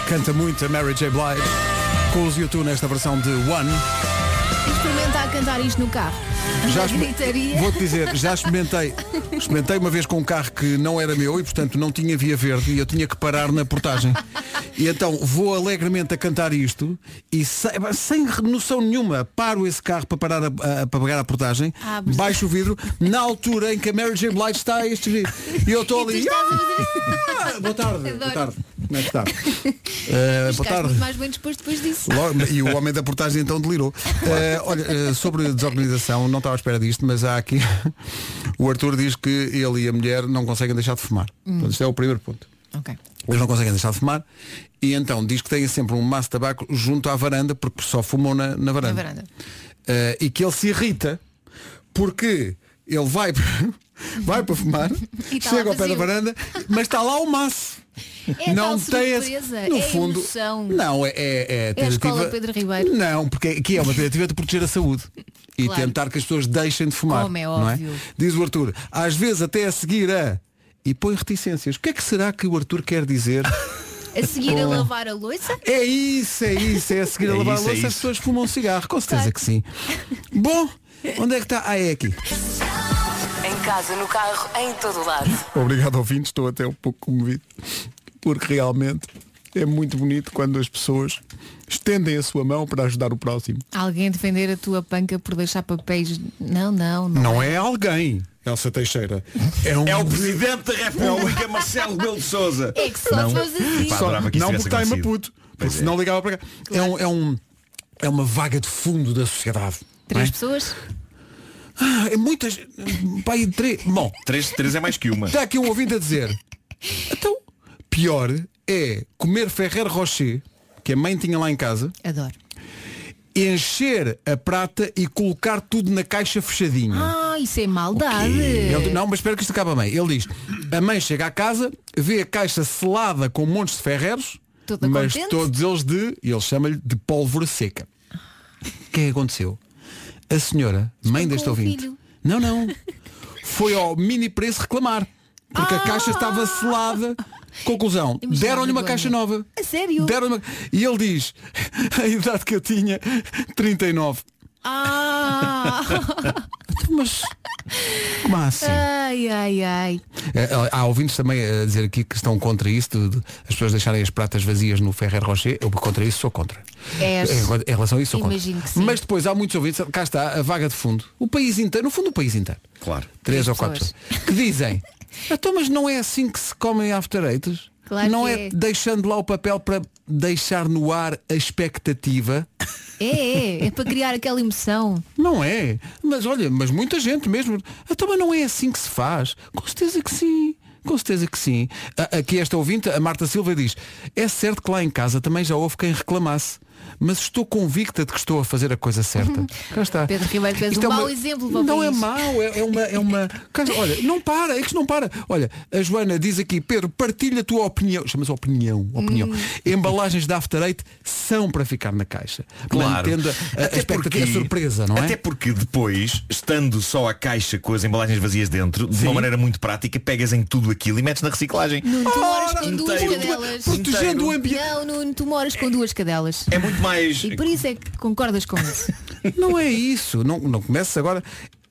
S1: Canta muito a Mary J. Blige com os YouTube nesta versão de One.
S2: Experimenta a cantar isto no carro.
S1: Já
S2: Já
S1: exper-
S2: gritaria.
S1: Vou-te dizer, já experimentei. Experimentei uma vez com um carro que não era meu e, portanto, não tinha via verde e eu tinha que parar na portagem. E então vou alegremente a cantar isto e sem, sem noção nenhuma paro esse carro para, parar a- a- para pagar a portagem,
S2: Abres.
S1: baixo o vidro, na altura em que a Mary J. Blige está a este vídeo. E eu estou ali. "Ah, Boa tarde. Boa
S2: Adoro.
S1: tarde. Como é
S2: *laughs*
S1: que está? Eh, boa
S2: Ficaste
S1: tarde.
S2: muito mais bem disposto depois disso.
S1: Logo- e o homem da portagem então delirou. Eh, olha, eh, sobre desorganização, não estava à espera disto, mas há aqui. *laughs* o Arthur diz que ele e a mulher não conseguem deixar de fumar.
S2: Hum.
S1: Portanto, isto é o primeiro ponto.
S2: Ok.
S1: Eles não conseguem deixar de fumar. E então diz que têm sempre um maço de tabaco junto à varanda, porque só fumam na, na varanda.
S2: Na varanda.
S1: Eh, e que ele se irrita porque ele vai, *laughs* vai para fumar,
S2: E está lá
S1: chega ao pé da
S2: vazio.
S1: varanda, mas está lá o maço.
S2: É a tal
S1: esse-
S2: surpresa,
S1: no
S2: é a
S1: fundo
S2: emoção.
S1: não é é, é
S2: É a escola
S1: tentativa-
S2: Pedro Ribeiro.
S1: não, porque aqui é uma tentativa de proteger a saúde e
S2: Claro.
S1: tentar que as pessoas deixem de fumar.
S2: Como é
S1: não
S2: óbvio.
S1: Diz o Arthur, às vezes até a seguir a. E põe reticências. O que é que será que o Arthur quer
S2: *laughs*
S1: dizer?
S2: A seguir a
S1: Oh.
S2: lavar a louça.
S1: É isso, é isso, é a seguir a
S14: É
S1: lavar
S14: isso,
S1: a
S14: é
S1: louça, as
S14: isso.
S1: pessoas fumam um cigarro, com certeza que sim. Bom, onde é que está? Ah, é aqui.
S5: Em casa, no carro, em todo lado.
S1: Obrigado, ouvintes. Estou até um pouco comovido. Porque realmente é muito bonito quando as pessoas estendem a sua mão para ajudar o próximo.
S2: Alguém defender a tua panca por deixar papéis. Não, não, não.
S1: Não é alguém, Elsa Teixeira. É, um...
S14: É o Presidente da República, Marcelo Rebelo de Souza.
S2: É que só
S14: não,
S2: fosse assim.
S14: Pá,
S1: Só-
S14: adorava que isso
S1: não porque tá está
S14: tivesse
S1: em Maputo.
S14: acontecido. é.
S1: Porque senão ligava para cá. É, um, é, um, é uma vaga de fundo da sociedade. não
S2: Três pessoas.
S1: É, é muitas. Pai, três. Bom,
S14: Três, três é mais que uma.
S1: Está aqui um ouvinte a dizer Então, pior é comer Ferreiro Rocher Que a mãe tinha lá em casa
S2: Adoro.
S1: Encher a prata e colocar tudo na caixa fechadinha
S2: Ah, isso é maldade.
S1: Ele- Não, mas espera que isto acaba bem Ele diz A mãe chega à casa Vê a caixa selada com montes de ferreiros
S2: Toda
S1: Mas
S2: contente?
S1: todos eles de E ele chama-lhe de pólvora seca O que é que aconteceu? A senhora, mãe deste
S2: o
S1: ouvinte
S2: filho.
S1: Não, não Foi ao mini preço reclamar Porque
S2: Ah!
S1: a caixa estava selada Conclusão,
S2: Imagina
S1: deram-lhe uma
S2: a vergonha.
S1: caixa nova
S2: A sério?
S1: deram uma... E ele diz A idade que eu tinha 39
S2: Ah!
S1: Então, Mas como assim?
S2: ai, ai, ai.
S1: Eh, Há ouvintes também a dizer aqui que estão contra isso, de, de as pessoas deixarem as pratas vazias no Ferrer Rocher. Eu contra isso sou contra. Eh,
S2: É,
S1: Em, em relação a isso sou contra.
S2: Imagino que sim.
S1: Mas depois há muitos ouvintes, cá está a vaga de fundo. O país inteiro, no fundo o país inteiro.
S14: Claro.
S1: Três
S14: Três
S1: ou quatro. Que dizem, então mas não é assim que se comem after eights?
S2: Claro
S1: não
S2: que
S1: é,
S2: é.
S1: deixando lá o papel para deixar no ar a expectativa.
S2: É, é, é para criar aquela emoção.
S1: Não é. Mas olha, mas muita gente mesmo. Então mas não é assim que se faz. Com certeza que sim. Com certeza que sim. A- Aqui esta ouvinte, a Marta Silva diz, é certo que lá em casa também já houve quem reclamasse. Mas estou convicta de que estou a fazer a coisa certa. Cá está.
S2: Uhum. Pedro Ribeiro, tu és
S1: Isto
S2: um
S1: é uma-
S2: mau exemplo para o
S1: Não é
S2: país.
S1: mau, é, é uma. É uma... Cá- Olha, não para, é que isto não para. Olha, a Joana diz aqui, Pedro, partilha a tua opinião. Chama-se opinião. opinião.
S2: Hum.
S1: Embalagens da After Eight são para ficar na caixa.
S14: Claro.
S1: Mantendo a, a expectativa, a surpresa, não é?
S14: Até porque depois, estando só a caixa com as embalagens vazias dentro, de uma maneira muito prática, pegas em tudo aquilo e metes na reciclagem.
S2: Nuno, tu moras
S14: Ora,
S2: com duas
S14: inteiro.
S2: cadelas.
S14: Inteiro.
S2: Não, Nuno, tu moras com duas cadelas.
S14: É muito mais.
S2: E por isso é que concordas com isso.
S1: Não é isso. Não, não comeces agora.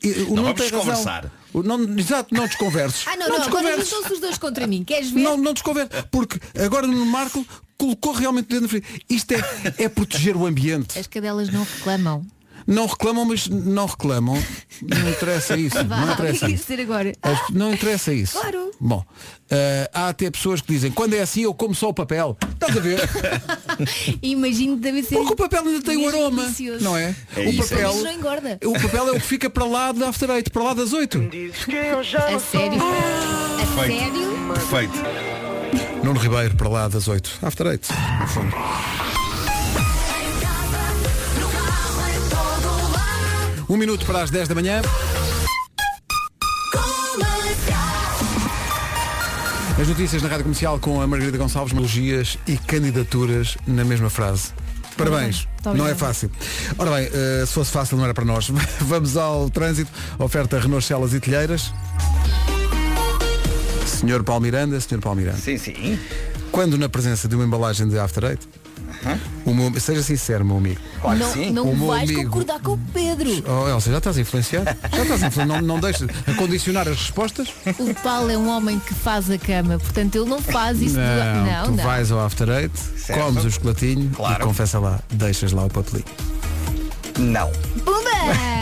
S1: E, o Nuno
S14: Não vamos
S1: tem razão.
S14: desconversar.
S1: O- não- exato, não desconverses.
S2: *laughs* Ah, não, não, agora
S1: desconverses.
S2: juntam-se os dois contra mim. Queres ver?
S1: Não, não desconverses. Porque agora no Marco colocou realmente o dedo na frente. Isto é, é proteger o ambiente.
S2: As cadelas não reclamam.
S1: Não reclamam, mas não reclamam. Não interessa isso. Não
S2: Vá, o que é que
S1: interessa
S2: quis
S1: isso.
S2: dizer agora?
S1: As- Não interessa isso.
S2: Claro.
S1: Bom, eh, há até pessoas que dizem, quando é assim eu como só o papel. Estás a
S2: *laughs*
S1: ver?
S2: Imagino que deve ser. Porque
S1: o papel ainda tem o aroma. Não é?
S2: É
S1: o
S2: isso, é
S1: papel,
S2: isso. Mas não engorda.
S1: O papel é o que fica para lá da After Eight, para lá das 8.
S2: A sério? A
S1: Perfeito.
S2: sério?
S1: Perfeito. Nuno Ribeiro, para lá das 8. After 8. No fundo. Um minuto para as 10 da manhã. As notícias na Rádio Comercial com a Margarida Gonçalves, elogias e candidaturas na mesma frase. Parabéns,
S4: Muito
S1: não é
S4: obrigada.
S1: fácil. Ora bem, eh, se fosse fácil não era para nós. *laughs* Vamos ao trânsito, oferta Renault Celas e Telheiras. Senhor Paulo Miranda, Senhor Paulo Miranda.
S3: Sim, sim.
S1: Quando na presença de uma embalagem de After Eight, o meu- seja sincero, meu amigo.
S2: não não
S1: o meu
S2: vais
S1: amigo.
S2: concordar com o Pedro.
S1: Oh, Elsa, já estás influenciado? Já estás influenciado. Não, não deixes a condicionar as respostas?
S2: O Paulo é um homem que faz a cama, portanto ele não faz isso. do-
S1: Não,
S2: não.
S1: tu
S2: não.
S1: vais ao After Eight, comes o chocolatinho e confessa lá, deixas lá o papelinho.
S3: Não.
S2: Pumba!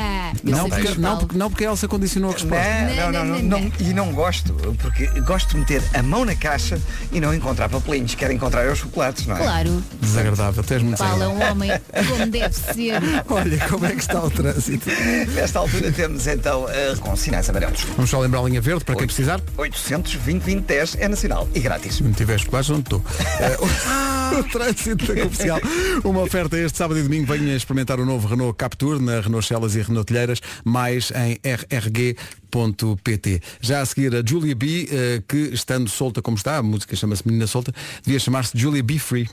S2: Eu
S1: Não
S2: sei que
S1: porque,
S2: és
S1: não,
S2: Paulo.
S1: porque, não porque a Elsa condicionou a resposta.
S3: Não, não, não, não, E não gosto, porque gosto de meter a mão na caixa e não encontrar papelinhos. Quero encontrar os chocolates, não é?
S2: Claro.
S1: Desagradável, tens muito
S2: Paulo é
S1: desagradável.
S2: um homem como deve ser.
S1: Olha como é que está o trânsito.
S3: *laughs* Nesta altura temos então eh, com sinais amarelos.
S1: Vamos só lembrar a linha verde para quem precisar.
S3: 820-2010 é nacional e grátis.
S1: Se não tiver chocolates, não estou. Eh, *laughs* o trânsito da comercial. Uma oferta este sábado e domingo. Venha experimentar o novo Renault Captur na Renault Celas e Renault Telheiras, mais em rrg.pt. Já a seguir a Julia B, eh, que estando solta como está, a música chama-se Menina Solta, devia chamar-se Julia B Free.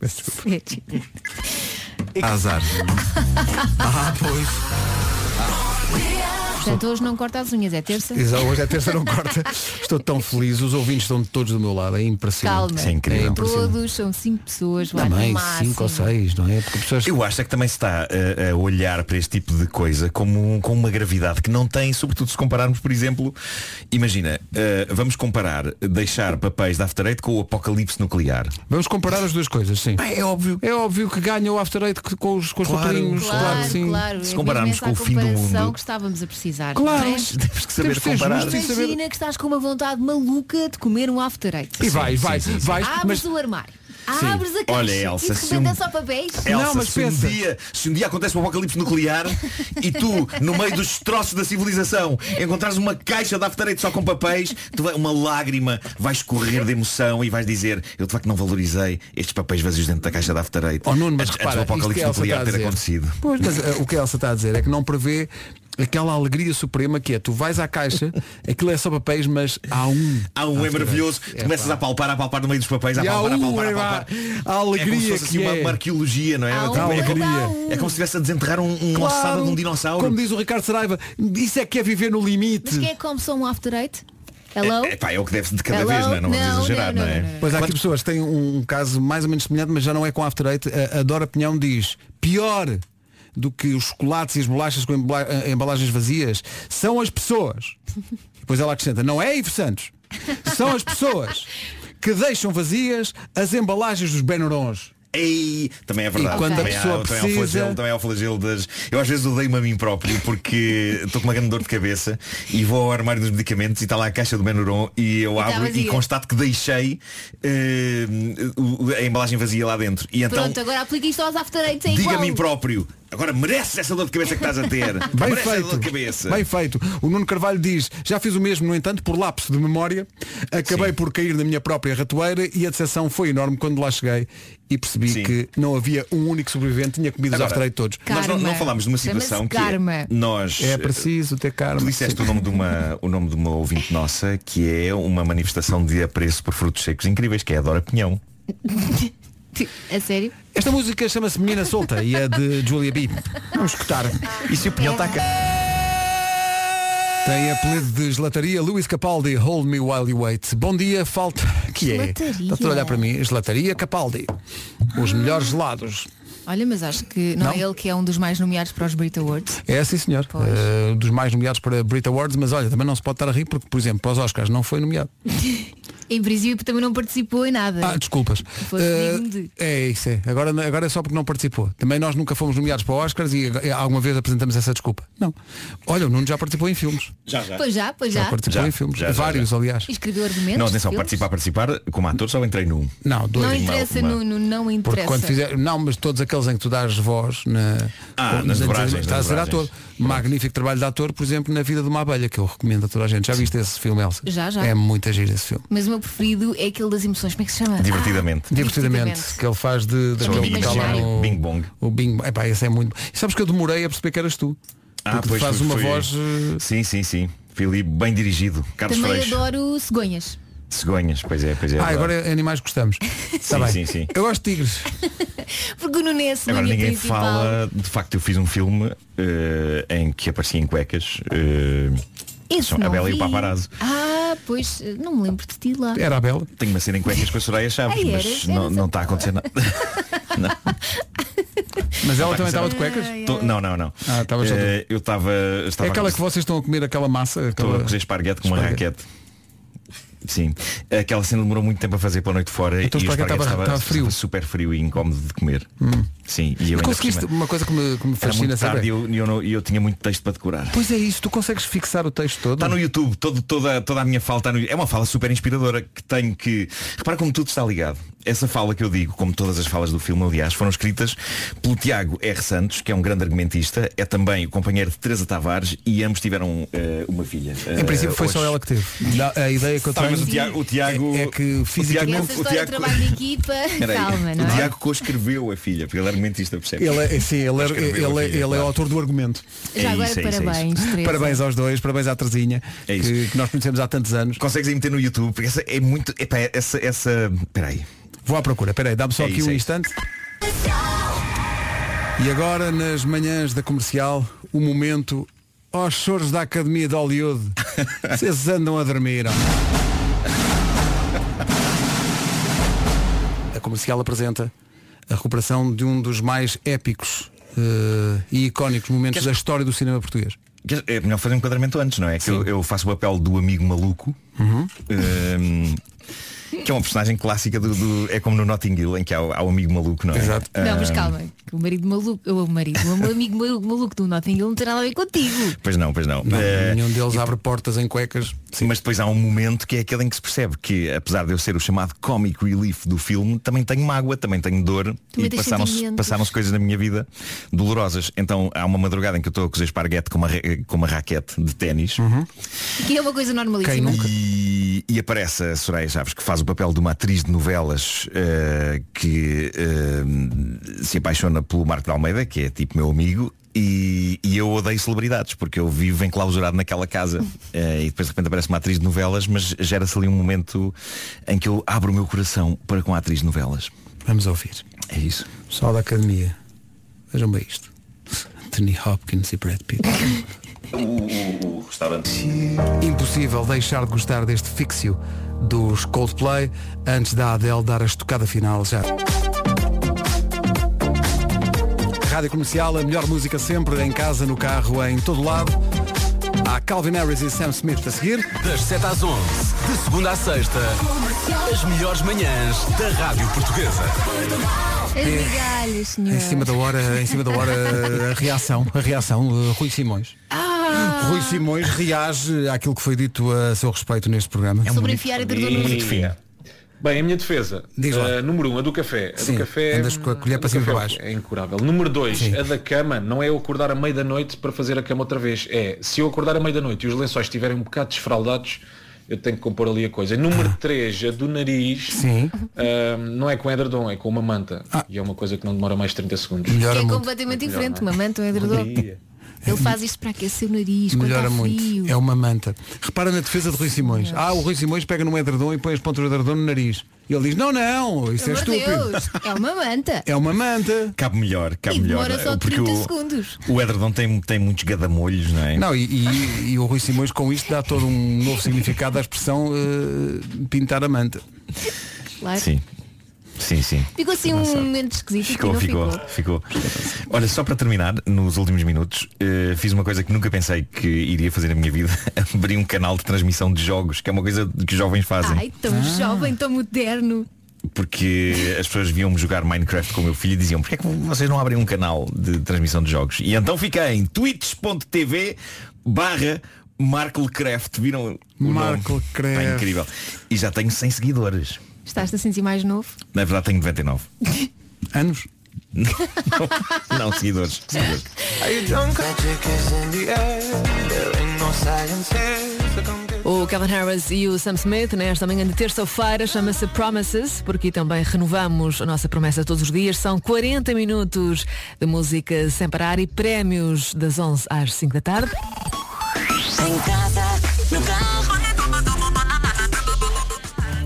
S1: Peço desculpa. Azar. Ah, pois.
S2: Portanto, hoje não corta as unhas, é terça.
S1: Exato, hoje é terça, não corta. Estou tão feliz, os ouvintes estão todos do meu lado, é impressionante.
S2: Calma.
S1: É impressionante.
S2: Todos são cinco pessoas, vá, no
S14: Também,
S2: máximo.
S14: cinco
S1: Ou seis, não é? Porque pessoas...
S14: Eu acho é que também se está a, a olhar para este tipo de coisa como, um- com uma gravidade que não tem, sobretudo se compararmos, por exemplo, imagina, eh, vamos comparar deixar papéis da After Eight com o apocalipse nuclear.
S1: Vamos comparar as duas coisas, sim. É óbvio. É óbvio que ganha o After Eight que- com os, com os
S14: Claro,
S1: papelinhos.
S2: Claro, claro. É
S14: Se
S2: mesmo
S14: compararmos
S2: essa
S14: com o fim do
S2: comparação
S14: mundo.
S2: que estávamos a precisar.
S1: Claro,
S2: não é?
S1: mas temos que saber
S14: Temos que ser comparar. justos e
S2: Imagina
S14: saber-
S2: que estás com uma vontade maluca de comer um after eight.
S1: E vai, vai, vai,
S14: Ah,
S2: Abres
S1: mas-
S2: o armário.
S14: Sim.
S2: Abres a caixa.
S14: Olha, Elsa,
S2: e de
S14: se
S2: repente
S14: um-
S2: é só papéis.
S14: Elsa, se, Um dia, se um dia acontece um apocalipse nuclear e tu, no meio dos destroços da civilização, encontrares uma caixa de after Eight só com papéis, tu vai, uma lágrima vai escorrer de emoção e vais dizer, eu de facto não valorizei estes papéis vazios dentro da caixa de after Eight.
S1: Oh, Nuno, mas
S14: antes,
S1: repara,
S14: antes do
S1: isto que
S14: apocalipse
S1: a Elsa
S14: nuclear
S1: está a
S14: ter
S1: dizer.
S14: acontecido.
S1: Pois, mas eh, o que a Elsa está a dizer é que não prevê aquela alegria suprema que é tu vais à
S14: *laughs*
S1: caixa, aquilo é só papéis, mas há um.
S14: Há um é
S1: After
S14: maravilhoso,
S1: Eight.
S14: tu começas a palpar, a palpar no meio dos papéis, a
S1: E há
S14: palpar, a
S1: um,
S14: palpar, a
S1: é
S14: palpar.
S1: lá, a alegria
S14: é como se fosse assim
S1: que
S14: uma,
S1: é.
S14: uma arqueologia, não é?
S1: Há
S14: Tipo,
S1: um,
S14: é,
S1: há
S14: como,
S1: um.
S14: é como se estivesse a desenterrar um, um
S1: Claro,
S14: ossado de um dinossauro.
S1: Como diz o Ricardo Saraiva, isso é que é viver no limite.
S2: Mas quem é que come só um after eight? Hello?
S14: Epá, é o que deve-se de cada
S2: Hello?
S14: vez, não é? Não vamos
S2: Não,
S14: exagerar,
S2: não,
S14: não, é?
S1: Pois há aqui pessoas que têm um caso mais ou menos semelhante, mas já não é com After Eight. A, a Dora Pinhão diz, pior do que os chocolates e as bolachas com embala- eh, embalagens vazias são as pessoas. Depois ela acrescenta, não é Ivo Santos, são as pessoas que deixam vazias as embalagens dos Benurons.
S14: Ei, também é verdade.
S1: E quando a
S14: também,
S1: pessoa
S14: há, também há o
S1: precisa-
S14: flagelo, também há o flagelo das. Eu às vezes odeio-me a mim próprio porque estou com uma grande dor de cabeça e vou ao armário dos medicamentos e está lá a caixa do Benuron e eu
S2: está
S14: abro e
S2: vazia.
S14: constato que deixei eh, o- a embalagem vazia lá dentro. E então
S2: Pronto, agora aplica isto aos after eights. É
S14: diga-me a
S2: igual.
S14: mim próprio, agora mereces essa dor de cabeça que estás
S2: *laughs*
S14: a ter.
S1: Bem
S14: mereces essa dor
S1: feito.
S14: de cabeça.
S1: Bem feito. O Nuno Carvalho diz, já fiz o mesmo, no entanto, por lapso de memória, acabei por cair na minha própria ratoeira e a decepção foi enorme quando lá cheguei e percebi que não havia um único sobrevivente, tinha comido os
S14: Agora,
S1: after Eight todos.
S14: Nós não, não falámos de uma
S2: Chama-se
S14: situação que
S2: karma.
S14: é, nós eh,
S1: É preciso ter karma.
S14: Tu disseste o nome, de uma, o nome de uma ouvinte nossa que é uma manifestação de apreço por frutos secos incríveis, que é a Dora Pinhão.
S2: A sério?
S1: Esta música chama-se Menina Solta e é de Julia B. Vamos escutar.
S14: E se o tá Pinhão está cá?
S1: Tem apelido de gelataria Luís Capaldi, Hold Me While You Wait. Bom dia, falta. Que é?
S2: Gelataria.
S1: Está tudo a olhar para mim. Gelataria Capaldi. Os melhores gelados.
S2: Olha, mas acho que não, é ele que é um dos mais nomeados para os Brit Awards.
S1: É sim senhor. Eh, dos mais nomeados para Brit Awards, mas olha, também não se pode estar a rir porque, por exemplo, para os Oscars não foi nomeado.
S2: Em princípio também não participou em nada.
S1: Ah, desculpas.
S2: Fosse
S1: Eh,
S2: digno de-
S1: é isso, é. Agora, agora é só porque não participou. Também nós nunca fomos nomeados para Oscars e eh, alguma vez apresentamos essa desculpa. Não. Olha, o Nuno já participou em filmes.
S14: Já, já.
S2: Pois já, pois já.
S1: participou
S14: Já,
S1: em filmes.
S14: já, já,
S1: Vários,
S14: já.
S1: aliás.
S2: E Escreveu argumentos.
S14: Não,
S2: de
S14: atenção,
S2: filmes?
S14: participar, participar, como ator só entrei num.
S1: Não, dois.
S2: Não interessa,
S14: Uma-
S2: Nuno, não
S1: Porque
S2: interessa.
S1: quando fizer. Não, mas todos aqueles em que tu dás voz na.
S14: Ah, nas dobragens,
S1: Estás a
S14: nas
S1: ser ator.
S14: dobragens.
S1: Magnífico trabalho de ator, por exemplo, na vida de uma abelha, que eu recomendo a toda a gente. Já viste esse filme, Elsa?
S2: Já, já.
S1: É muito agir esse filme.
S2: Mas o meu preferido é aquele das emoções. Como é que se chama?
S1: Divertidamente.
S2: Divertidamente.
S1: Que ele faz de. daquele
S14: Bing
S1: que está lá
S14: Bong.
S1: no-
S14: Tá Bing Bong.
S1: O Bing Bong. Epá, esse é muito. E sabes que eu demorei a perceber que eras tu.
S14: Ah,
S1: Porque tu fazes
S14: foi-
S1: uma
S14: foi-
S1: voz. eh,
S14: Sim, sim, sim. Fui ali bem dirigido. Carlos
S2: Ah, Também
S14: Freixo.
S2: adoro cegonhas.
S14: Cegonhas, pois é, pois é.
S1: Ah,
S14: verdade.
S1: agora é animais que gostamos. Está
S14: Sim,
S1: bem.
S14: sim, sim.
S1: Eu gosto de tigres.
S2: Porque o Nuno é a cegonha
S14: Agora ninguém
S2: principal.
S14: fala, de facto eu fiz um filme eh, em que aparecia em cuecas eh,
S2: Esse
S14: são
S2: não
S14: a Bela e
S2: vi.
S14: o Paparazzo. É,
S2: Ah, pois, não me lembro de ti lá.
S1: Era a Bela.
S14: Tenho uma cena em cuecas com a Soraya Chaves,
S2: Ai, eras,
S14: mas não,
S2: eras
S14: não está a acontecer nada.
S1: Mas ela também
S14: Não está a
S1: estava de cuecas?
S14: acontecer nada. Tô- não, não, não.
S1: Ah, estavas só tu.
S14: Eh, eu estava.
S1: É
S14: estava
S1: aquela que vocês estão a comer aquela massa.
S14: Estou a
S1: Aquela...
S14: cozer esparguete com uma
S1: Esparguete.
S14: raquete. Sim. Aquela cena demorou muito tempo a fazer para a noite fora
S1: Então o
S14: e o
S1: esparguete
S14: esparguete
S1: estava-
S14: estava,
S1: estava frio. Hum.
S14: super frio e incómodo de comer. Sim, e eu
S1: E
S14: ainda por
S1: conseguiste
S14: cima-
S1: uma coisa que me, que me
S14: Era
S1: fascina
S14: muito
S1: sempre.
S14: tarde e eu, e eu, não- e eu tinha muito texto para decorar.
S1: Pois é isso, tu consegues fixar o texto todo?
S14: Está Tá no YouTube, todo- toda, toda a minha fala está no É uma fala super inspiradora que tenho que. Repara como tudo está ligado. Essa fala que eu digo, como todas as falas do filme, aliás, foram escritas pelo Tiago R. Santos, que é um grande argumentista, é também o companheiro de Teresa Tavares e ambos tiveram eh, uma filha.
S1: Em princípio foi só ela que teve. Não, a ideia que eu
S14: Tá,
S1: tenho
S14: mas o Tiago- o
S1: é, é que
S2: Essa
S1: fisicamente
S2: história de trabalho de equipa,
S14: *laughs* Peraí,
S2: calma, não
S14: o
S2: é?
S14: Tiago coescreveu a filha, porque ele é argumentista, percebe?
S1: ele é, sim, ele, é, ele,
S14: Escreveu a
S1: é-
S14: filha,
S1: ele é o autor do argumento.
S2: Já
S14: É
S2: agora parabéns, Teresa.
S1: Parabéns aos dois, parabéns à Trazinha, que, que nós conhecemos há tantos anos.
S14: Consegues ir meter no YouTube, porque essa é muito. Epá, essa. essa... Peraí.
S1: Vou à procura, peraí, dá-me só
S14: É
S1: aqui
S14: isso,
S1: um
S14: é isso.
S1: instante. E agora, nas manhãs da comercial, o momento aos choros da Academia de Hollywood.
S14: *laughs*
S1: Vocês andam a dormir. ó. A comercial apresenta a recuperação de um dos mais épicos eh, e icónicos momentos da história do cinema português.
S14: Queres- É melhor fazer um enquadramento antes, não é? Que eu, eu faço o papel do amigo maluco. hum, que é uma personagem clássica do, do- É como no Notting Hill em que há, o- há o amigo maluco, não é? Exato.
S2: Não, mas calma, que o marido maluco, o marido, o meu amigo maluco, maluco do Notting Hill não tem nada a ver contigo.
S14: Pois não, pois não. Eh,
S1: Nenhum deles abre portas em cuecas.
S14: Mas depois há um momento que é aquele em que se percebe que, apesar de eu ser o chamado cómico relief do filme, também tenho mágoa, também tenho dor
S2: Também
S14: e
S2: tens
S14: passaram-se
S2: sentimentos.
S14: passaram coisas na minha vida dolorosas. Então há uma madrugada em que eu estou a cozer esparguete com uma, ra- com uma raquete de ténis
S2: Que é uma coisa normalíssima.
S14: e, e aparece a Soraya Chaves, que faz o papel de uma atriz de novelas eh, que eh, se apaixona pelo Marco de Almeida, que é tipo meu amigo. E, e eu odeio celebridades porque eu vivo enclausurado
S2: *laughs*
S14: naquela casa Eh, e depois de repente aparece uma atriz de novelas mas gera-se ali um momento em que eu abro o meu coração para com a atriz de novelas
S1: Vamos ouvir.
S14: é isso
S1: Pessoal da Academia, vejam bem isto. *laughs* Anthony Hopkins e Brad Pitt.
S4: O, o- o restaurante.
S1: Impossível deixar de gostar deste fixio dos Coldplay antes da Adele dar a estocada final já. Rádio Comercial, a melhor música sempre, em casa, no carro, em todo lado. Há Calvin Harris e Sam Smith a seguir.
S22: Das 7 às 11, de segunda à sexta, as melhores manhãs da Rádio Portuguesa.
S2: As migalhas, senhor.
S1: Em cima da hora, em cima da hora, a reação, a reação, uh, Rui Simões.
S2: Ah,
S1: Rui Simões reage àquilo que foi dito a seu respeito neste programa.
S2: sobre enfiar a
S22: E- Bem, a minha defesa.
S1: Diz lá.
S22: Ah, número 1, um, a do café. A
S1: Sim,
S22: do café.
S1: andas com a colher
S22: do
S1: para cima e
S22: café
S1: para baixo.
S22: É incurável. Número 2, a da cama, não é eu acordar a meio da noite para fazer a cama outra vez. É, se eu acordar a meio da noite e os lençóis estiverem um bocado desfraldados, eu tenho que compor ali a coisa.
S1: Ah.
S22: Número 3, a do nariz, ah, não é com edredom, é com uma manta.
S1: Ah.
S22: E é uma coisa que não demora mais 30 segundos.
S2: que é completamente diferente. Uma manta, um edredom. Ele faz isto para aquecer o nariz, quando
S1: Melhora
S2: está frio.
S1: muito. É uma manta. Repara na defesa de Rui Simões. Ah, o Rui Simões pega num edredom e põe as pontas do edredom no nariz. E ele diz, não, não, isso é
S2: Pelo amor de
S1: estúpido.
S2: Deus, é uma
S14: *laughs*
S2: manta.
S1: É uma manta.
S14: cabe melhor cabe
S2: E
S14: melhor
S2: demora só
S14: porque
S2: 30
S14: o,
S2: segundos.
S14: o edredom tem, tem muitos gadamolhos não é
S1: Não, e, e- e o Rui Simões com isto dá todo um novo significado à expressão eh, pintar a manta.
S2: Claro.
S14: Sim. Sim, sim.
S2: Ficou assim um momento esquisito.
S14: Ficou,
S2: não
S14: ficou, ficou. Olha, só para terminar, nos últimos minutos, eh, fiz uma coisa que nunca pensei que iria fazer na minha vida. *laughs* Abri um canal de transmissão de jogos, que é uma coisa que os jovens fazem.
S2: Ai, tão jovem, tão moderno.
S14: porque as pessoas viam-me jogar Minecraft com o meu filho e diziam porque é que vocês não abrem um canal de transmissão de jogos? E então fiquei em twitch.tv barra Marclecraft. Viram o
S1: Marclecraft.
S14: É incrível. E já tenho 100 seguidores.
S2: Estás-te a sentir mais novo?
S14: Na verdade tenho 99.
S1: Anos?
S14: Não,
S2: *laughs*
S14: não seguidores. seguidores.
S9: O Kevin Harris e o Sam Smith nesta manhã de terça-feira chama-se Promises, porque também renovamos a nossa promessa todos os dias. São 40 minutos de música sem parar e prémios das 11 às 5 da tarde.
S5: Em casa, no carro.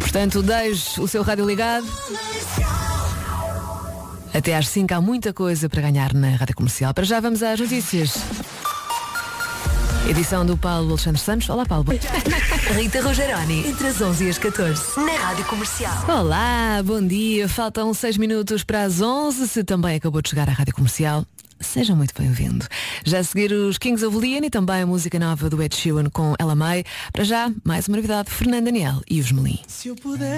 S9: Portanto, deixe o seu rádio ligado. Até às 5 há muita coisa para ganhar na Rádio Comercial. Para já vamos às notícias. Edição do Paulo Alexandre Santos. Olá, Paulo.
S5: *laughs* Rita Rogeroni, entre as 11 e as 14, na Rádio Comercial.
S9: Olá, bom dia. Faltam 6 minutos para as 11. Se também acabou de chegar à Rádio Comercial, seja muito bem-vindo. Já a seguir os Kings of Leon e também a música nova do Ed Sheeran com Ella May. Para já, mais uma novidade, Fernando Daniel e os Melim.
S6: Se eu pudesse.